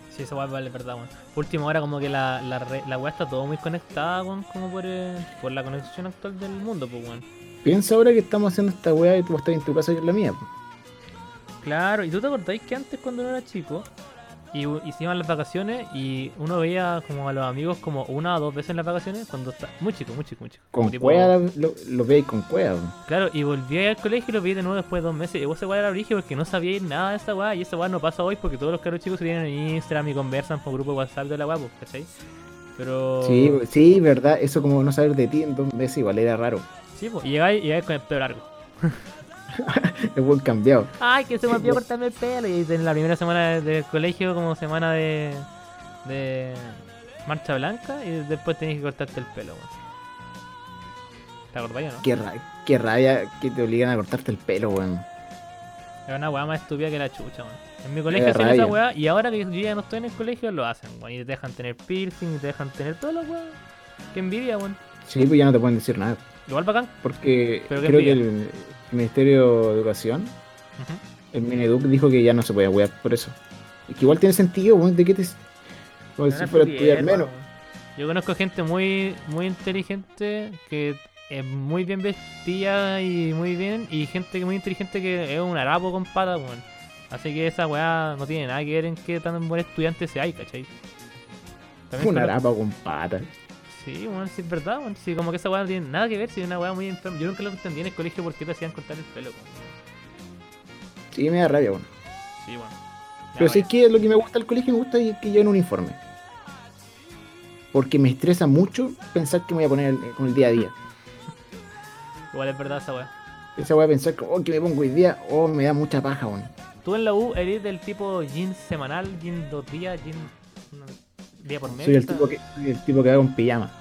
Sí, esa weá vale verdad, weón. Por último, ahora como que la, la, re- la weá está todo muy conectada, weón, como por, eh, por la conexión actual del mundo, pues, weón.
Piensa ahora que estamos haciendo esta weá y tú estás en tu casa y yo en la mía. po.
Claro, ¿y tú te acordáis que antes cuando uno era chico y, u- y se iban las vacaciones y uno veía como a los amigos como una o dos veces en las vacaciones cuando está muy chico, muy chico, muy chico. Como
Con
tipo-
cueva lo, lo veis con cueva. po.
Claro, y volví a ir al colegio y lo vi de nuevo después de dos meses. Y vos se guay era origen porque no sabía nada de esa weá. Y esa weá no pasa hoy porque todos los caros chicos se tienen en Instagram y conversan por grupo de WhatsApp de la weá, pues, ¿cachai? Pero.
Sí, pues. po- sí, verdad, eso como no saber de ti en dos meses igual era raro.
Sí, pues. Y llegáis, llegáis con el pelo largo.
Es buen cambiado.
Ay, que se me olvidó cortarme el pelo. Y en la primera semana de- del colegio, como semana de, de marcha blanca, y después tenés que cortarte el pelo. weón. ¿Te acordáis o no?
Qué, ra- qué rabia que te obligan a cortarte el pelo, weón.
Era una weá más estúpida que la chucha, weón. En mi colegio
Qué
hacían esa
rabia.
weá, y ahora que yo ya no estoy en el colegio, lo hacen, weón. Y te dejan tener piercing, y te dejan tener todo lo weón. Qué envidia, weón.
Sí, pues ya no te pueden decir nada.
Igual bacán.
Porque
Pero qué
creo que
envidia.
el Ministerio de Educación
Ujú.
El Mineduc dijo que ya no se podía wear por eso. Es que igual tiene sentido, weón, de qué te. Como
Una
si fuera a estudiar
estupidez,
menos.
weón. Yo conozco gente muy, muy inteligente que es muy bien vestida y muy bien, y gente que muy inteligente que es un harapo con patas, weón. Así que esa weá no tiene nada que ver en qué tan buen estudiante sea hay, ¿cachai? También
Una
cono-
rapa con patas.
Sí, weón, sí es verdad, weón. Sí, como que esa weá no tiene nada que ver, si es una weá muy enferma. Yo nunca lo entendí en el colegio por qué te hacían cortar el pelo, weón.
Sí, me da rabia, weón.
Sí, weón. Ya,
Pero sí
vaya.
que lo que me gusta del colegio, me gusta es que lleven un uniforme. Porque me estresa mucho pensar que me voy a poner el- con el día a día.
Igual es verdad esa weá.
Esa voy a pensar, que, oh, que me pongo hoy día, oh, me da mucha paja, weón.
Tú en la U eres del tipo jean semanal, jean dos días, jean un día por mes.
Soy el tipo que, soy el tipo que va con pijama.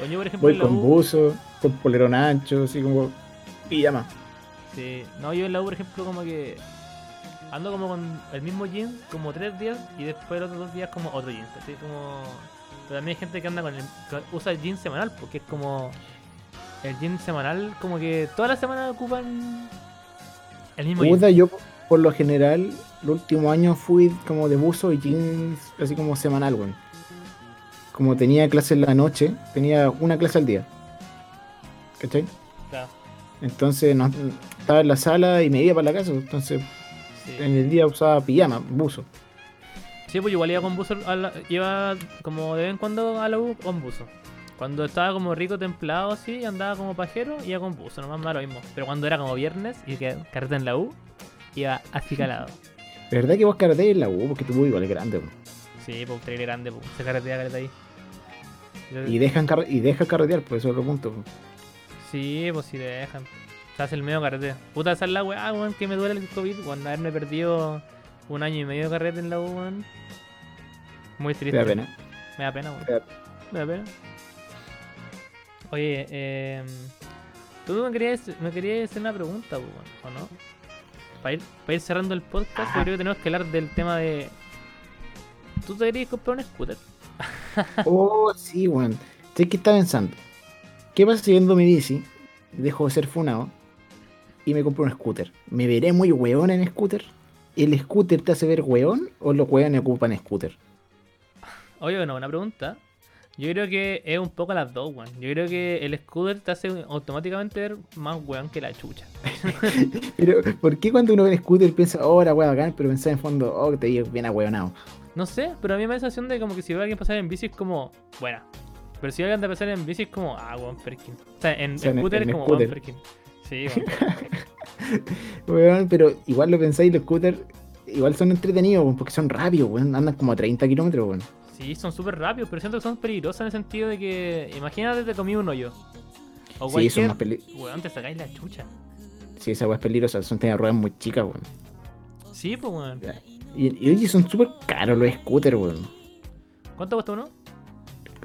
Oye, yo, por ejemplo,
Voy
en la
con
U-
buzo, con polerón ancho, así como pijama.
Sí. No, yo en la U, por ejemplo, como que ando como con el mismo jean como tres días y después los otros dos días como otro jean. ¿cachai? Como... Pero también hay gente que anda con el... que usa el jean semanal porque es como... El jean semanal como que todas las semanas ocupan el mismo jean.
Puta, yo por lo general, el último año fui como de buzo y jeans, así como semanal, weón. Como tenía clase en la noche, tenía una clase al día. ¿Cachai?
Claro,
Entonces no, estaba en la sala y me iba para la casa, entonces
sí.
en el día usaba pijama, buzo.
Sí, pues igual iba con buzo, a la- iba como de vez en cuando a la U con buzo. Cuando estaba como rico templado así, andaba como pajero, iba con buzo, nomás me da lo mismo. Pero cuando era como viernes y que carreta en la U, iba así calado.
¿Verdad que vos cardeis en la U? Porque tu U igual es grande, weón.
Sí, pues trailer grande, pues se carretea carreta ahí. Yo-
Y, dejan carre- y deja carretear, por eso es otro punto. weón.
Sí, pues si dejan. Se hace el medio carrete. Puta, esa es la weá, weón, que me duele el COVID, weón, haberme perdido un año y medio de carrete en la U, weón. Muy
Te
triste.
da pena.
Me da pena, weón.
Te da-
Me da pena. Oye, eh, tú me querías, me querías hacer una pregunta, po, weón, ¿o no? Para ir, para ir cerrando el podcast, yo creo que tenemos que hablar del tema de... ¿Tú te querías comprar un scooter?
Oh, sí, weón. Sé que está pensando. ¿Qué pasa si vendo mi bici? Dejo de ser funado y me compro un scooter. ¿Me veré muy weón en scooter? ¿El scooter te hace ver weón o los weones ocupan scooter?
Oye, no, una pregunta. Yo creo que es un poco las dos, weón. Yo creo que el Scooter te hace automáticamente ver más weón que la chucha.
Pero, ¿por qué cuando uno ve el scooter piensa, oh, la wea bacán, pero pensás en fondo, oh, te digo bien ahueonado?
No sé, pero a mí me da la sensación de como que si veo a alguien pasar en bici es como, buena. Pero si veo a alguien pasar en bici es como, ah, Juan Perkin. O sea, en
O sea, en-
scooter
en
es como
scooter.
Juan Perkin. Sí, weón.
Weón, pero igual lo pensáis, los scooters igual son entretenidos, weón, porque son rápidos, weón, andan como a 30 kilómetros, weón.
sí, son súper rápidos, pero siento que son peligrosos en el sentido de que, imagínate, te comí un hoyo. O
Sí,
cualquier,
son más peli-
weón, te sacáis la chucha.
sí, esa weá es peligrosa, son tienen ruedas muy chicas, weón.
Sí, pues, weón.
Y, y oye, son súper caros los scooters, weón.
¿Cuánto cuesta uno?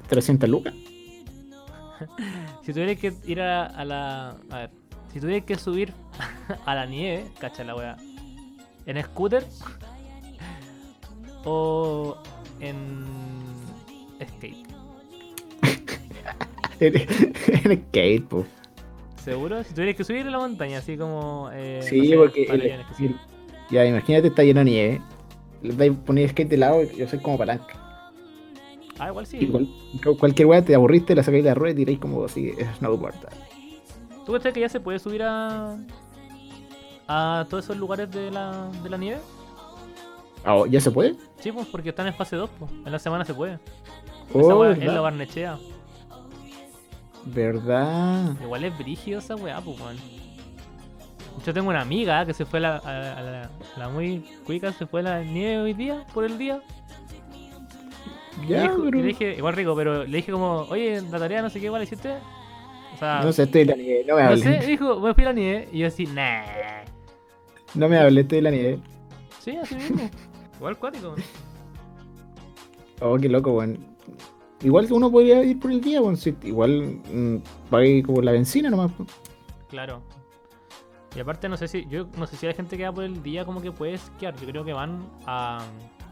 300 lucas.
Si tuvieras que ir a, a la. A ver. Si tuvieras que subir a la nieve, cacha la weá. ¿En scooter? ¿O en. skate?
En en skate, po.
Eh, ¿Seguro? Si tuvieras que subir a la montaña, así como. eh,
Sí,
no sé, este
porque. el-
pabellones que sí.
el- ya, imagínate, está lleno de nieve. Le dais poner skate de lado y yo soy como palanca.
Ah, igual sí.
Y cual- cu- cualquier weá te aburriste, la sacáis de la rueda y tiráis como así, eh, snowboard.
¿Tú crees que ya se puede subir a. a todos esos lugares de la, de la nieve?
Ah, ¿Ya se puede?
Sí, pues porque están en fase 2, pues. En la semana se puede. Esa
Oh,
weá es
¿verdad?
la barnechea.
¿Verdad?
Igual es brígido esa weá, pues, weón. Yo tengo una amiga que se fue a la, a- a la- la muy cuica, se fue a la nieve hoy día, por el día. Y le
Ya,
dijo- y
pero...
le dije, igual rico, pero le dije como, oye, la tarea no sé qué, igual hiciste. O sea,
No sé, estoy en la nieve, no me
Ah. no
hables.
sé, dijo, me fui a la nieve. Y yo así, nah.
No me hables, estoy en la nieve.
Sí, así mismo. igual cuático.
Oh, qué loco, weón. Igual uno podría ir por el día, weón. si- igual mm, pagué como la benzina nomás. po.
Claro. Y aparte no sé si, yo no sé si la gente que va por el día como que puede esquiar. Yo creo que van a.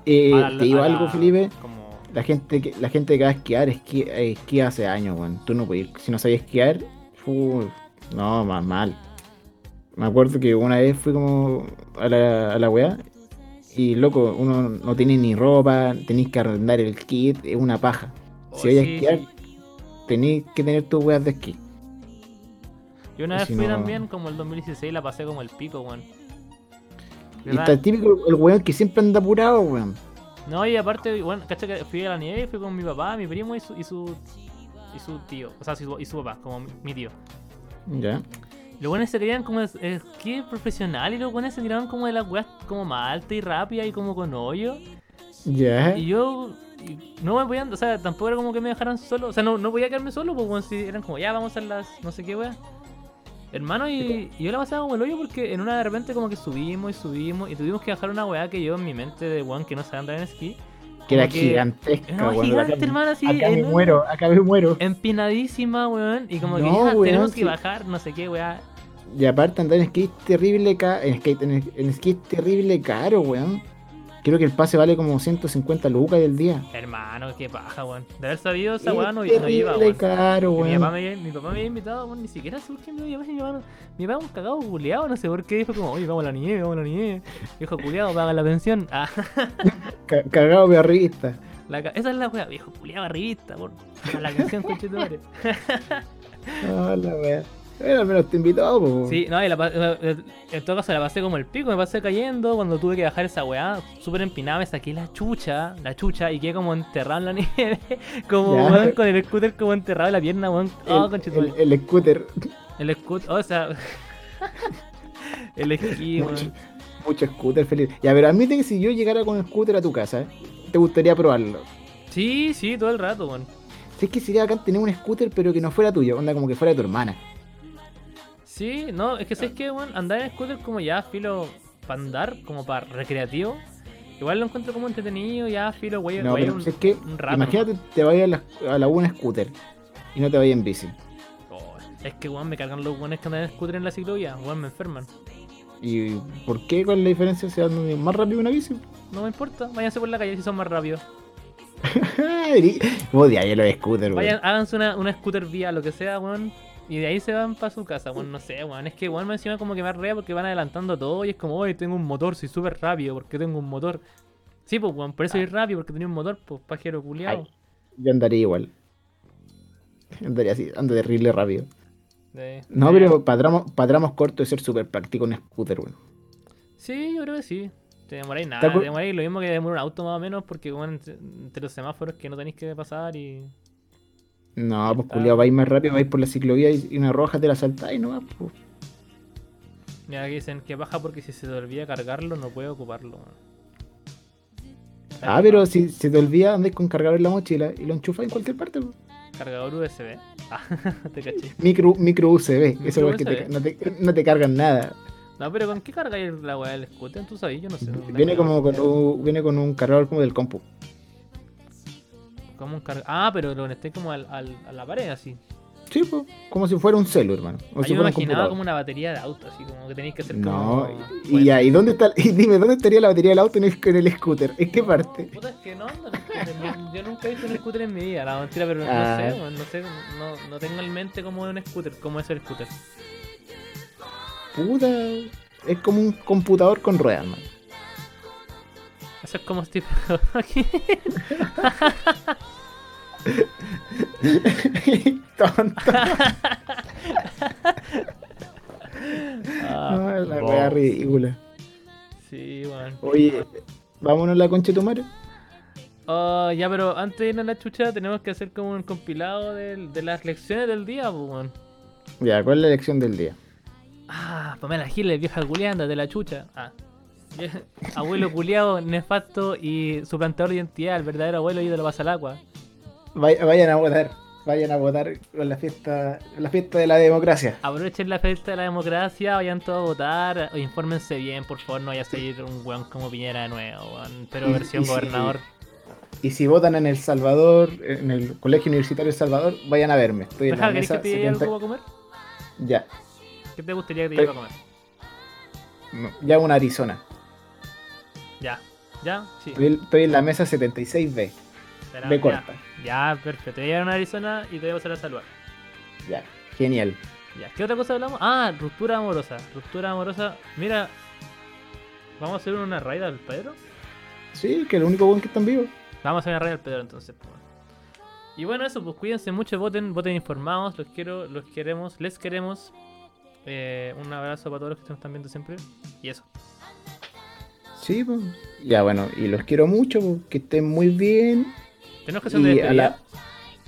Eh,
a la-
te digo
a la-
algo, Felipe.
Como.
La gente, que, la gente que va a esquiar esquí- eh, esquía hace años, weón. Tú no puedes ir. Si no sabías esquiar, fu, no, más mal. Me acuerdo que una vez fui como a la, a la weá. Y loco, uno no tiene ni ropa, tenéis que arrendar el kit, es una paja. Si
Oh,
vayas
sí,
a esquiar,
sí.
tenéis que tener tus weas de esquí.
Yo una
Y
vez
si
fui
no-
también, como el 2016, la pasé como el pico, weón.
Y está el típico el weón que siempre anda apurado, weón.
No, y aparte, bueno, cacha que fui a la nieve, fui con mi papá, mi primo y su, y su, y su tío. O sea, su- y su papá, como mi- mi tío.
Ya.
Los buenos se creían como es- esquí profesional y los buenos se tiraban como de las weas como más alta y rápida y como con hoyo.
Ya.
Y yo y no me podían, o sea, tampoco era como que me dejaran solo, o sea, no, no podía quedarme solo, porque bueno, si eran como, ya vamos a las no sé qué wea. Hermano, y, y yo la pasaba como el hoyo porque en una de repente como que subimos y subimos y tuvimos que bajar una weá que yo en mi mente de weón que no sabe andar en esquí.
que era
como que-
gigantesca,
Era
weón.
gigante,
acá,
hermano, así.
acá me
enorme,
muero, acá me muero.
Empinadísima, weón. Y como que
No,
ya
weón,
tenemos que
sí.
bajar, no sé qué, weá.
Y aparte andar en skate terrible ca en skate, en, en skate terrible caro, weón. Creo que el pase vale como 150 lucas del día.
Hermano, qué paja, weón. De haber sabido esa
Es
weá no, no iba,
terrible
weón.
caro,
Que Mi papá,
Pues, weón.
me, mi papá me había invitado, bueno, ni siquiera sé por qué me había llevado. Mi papá un cagado culeado, no sé por qué. Dijo como, oye, vamos a la nieve, vamos a la nieve. Viejo culeado, paga la pensión. Ah,
Ca- Cagado de arribista.
la ca- esa es la wea, viejo culeado, arribista, por paga la pensión, conchetumare.
Pues. No, la weá. Bueno, al menos te invitó, po.
Sí, no, y la, pa- eh, en todo caso la pasé como el pico, me pasé cayendo cuando tuve que bajar esa weá, súper empinada, me saqué la chucha, la chucha, y quedé como enterrado en la nieve, como
Ya.
weón, con el scooter como enterrado en la pierna, weón. Oh,
El,
conchetumare.
el- el scooter,
El escudo, o sea. el esquí,
Mucho.
weón.
mucho scooter feliz. Ya, pero admite que si yo llegara con scooter a tu casa, te gustaría probarlo.
Sí, sí, todo el rato, weón.
Si es que sería acá tener un scooter, pero que no fuera tuyo, onda como que fuera de tu hermana.
Sí, no, es que sabes que, weón, andar en scooter como ya filo para andar, como para recreativo. Igual lo encuentro como entretenido, ya filo, güey,
No,
güey,
pero
un-
si es que,
un rato
imagínate, te vayas a la, a la U en scooter y no te vayas en bici.
Oh, es que, weón, me cargan los weones que andan en scooter en la ciclovía, weón, me enferman.
¿Y por qué? ¿Cuál es la diferencia? ¿Se andan más rápido que una bici?
No me importa, váyanse por la calle si son más rápidos.
Odia ya los scooters,
Vayan,
weón.
háganse una, una scooter vía, lo que sea, weón. Y de ahí se van para su casa, weón. No sé, weón. Es que weón me encima como que me arrea porque van adelantando todo y es como, oye, tengo un motor, soy súper rápido porque tengo un
Ah.
motor. Sí, pues, weón, por eso soy rápido porque tenía un motor, pues, pajero culiado.
Yo andaría igual. Andaría así, ando terrible rápido.
De-
No,
de-
pero padramos, padramos corto de ser súper práctico en scooter, weón.
Sí, yo creo que sí. Te demoráis nada,
acuer-
te demoráis lo mismo que demora un auto más o menos, porque bueno, entre, entre los semáforos que no tenéis que pasar y.
No, pues
Ah.
culiado, vais más rápido, vais por la ciclovía y, y una roja te la saltáis, no pues.
Mira, aquí dicen que baja porque si se te olvida cargarlo, no puede ocuparlo. weón.
Ah, pero si se te olvida, andáis con cargador en la mochila y lo enchufáis en cualquier parte, pues. po.
Cargador USB. Ah, te caché.
Micro, micro USB, eso
Micro
es que te-
USB.
no, te, no te cargan nada.
No, pero ¿con qué cargáis la weá del scooter? ¿Tú sabes? Yo no sé. no
Viene
tengo
como con
idea.
un, viene con un cargador como del compu.
Como un carga... Ah, pero lo conecté como al, al- a la pared así.
Sí, pues, como si fuera un celu, hermano. O
Ah, yo me
si fuera un
imaginaba
computador.
como una batería de auto, así como que tenéis que hacer como...
No, y,
Bueno.
y ahí, ¿dónde está? Y dime, ¿dónde estaría la batería del auto en el, en el scooter? ¿En qué parte?
Puta, es que no ando en scooter. Yo- Yo nunca he visto un scooter en mi vida, la mentira, pero
Ah.
no sé, weón, no sé, no, no tengo en mente cómo es un scooter, cómo es el scooter.
Puta. Es como un computador con ruedas, man.
Eso es como Steve Aoki.
Tonto.
Ah,
No, la wea ridícula.
sí, weón.
Oye, vámonos a la concha de tu madre.
Ah, ya, pero antes de irnos a la chucha tenemos que hacer como un compilado del- de las lecciones del día, pues, weón.
Ya, ¿cuál es la elección del día?
Ah, Pamela Giles, vieja culianda de la chucha. Ah. Abuelo culiado, nefasto y suplantador de identidad, el verdadero abuelo ídolo pasa al agua.
Vay- Vayan a votar. Vayan a votar con la fiesta, la fiesta de la democracia.
Aprovechen la fiesta de la democracia, vayan todos a votar, o infórmense bien, por favor, no vaya a seguir un weón como Piñera de nuevo, weón, pero
Y-
versión
y si-
gobernador.
Y si votan en El Salvador, en el Colegio Universitario El Salvador, vayan a verme. Estoy en
Raja,
la
¿querés que
mesa
te lleve
70.
algo a comer?
Ya,
¿Qué te gustaría que te lleve a comer?
no, ya una Arizona.
Ya, ya, sí.
Estoy, estoy en la mesa 76B.
será,
de
ya.
corta.
Ya, perfecto. Te voy a llevar a Arizona y te voy a pasar a saludar.
Ya, genial.
Ya, ¿qué otra cosa hablamos? Ah, ruptura amorosa. Ruptura amorosa. Mira, vamos a hacer una raid al Pedro.
Sí, que el único buen que están vivos.
Vamos a hacer una raid al Pedro entonces. pues. Y bueno, eso, pues cuídense mucho, voten, voten informados, los quiero, los queremos, les queremos. Eh, un abrazo para todos los que nos están viendo siempre. Y eso.
Sí, pues. Ya, bueno, y los quiero mucho, pues, que estén muy bien.
Tenemos que hacer
Y
de
ala-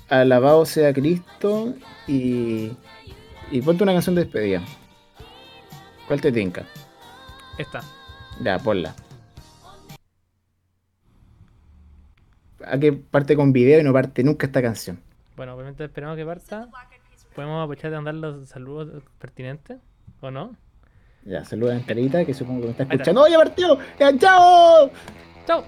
alabado sea Cristo. Y, y ponte una canción de despedida. ¿Cuál te tinca?
Esta.
Ya, ponla. ¿A que parte con video y no parte nunca esta canción?
Bueno, obviamente esperamos que parta. Podemos aprovechar de mandar los saludos pertinentes. ¿O no?
Ya, saluda a Angelita, que supongo que me está
está.
escuchando. ¡Oye, partido! ¡Ya, ¡Chao!
¡Chao!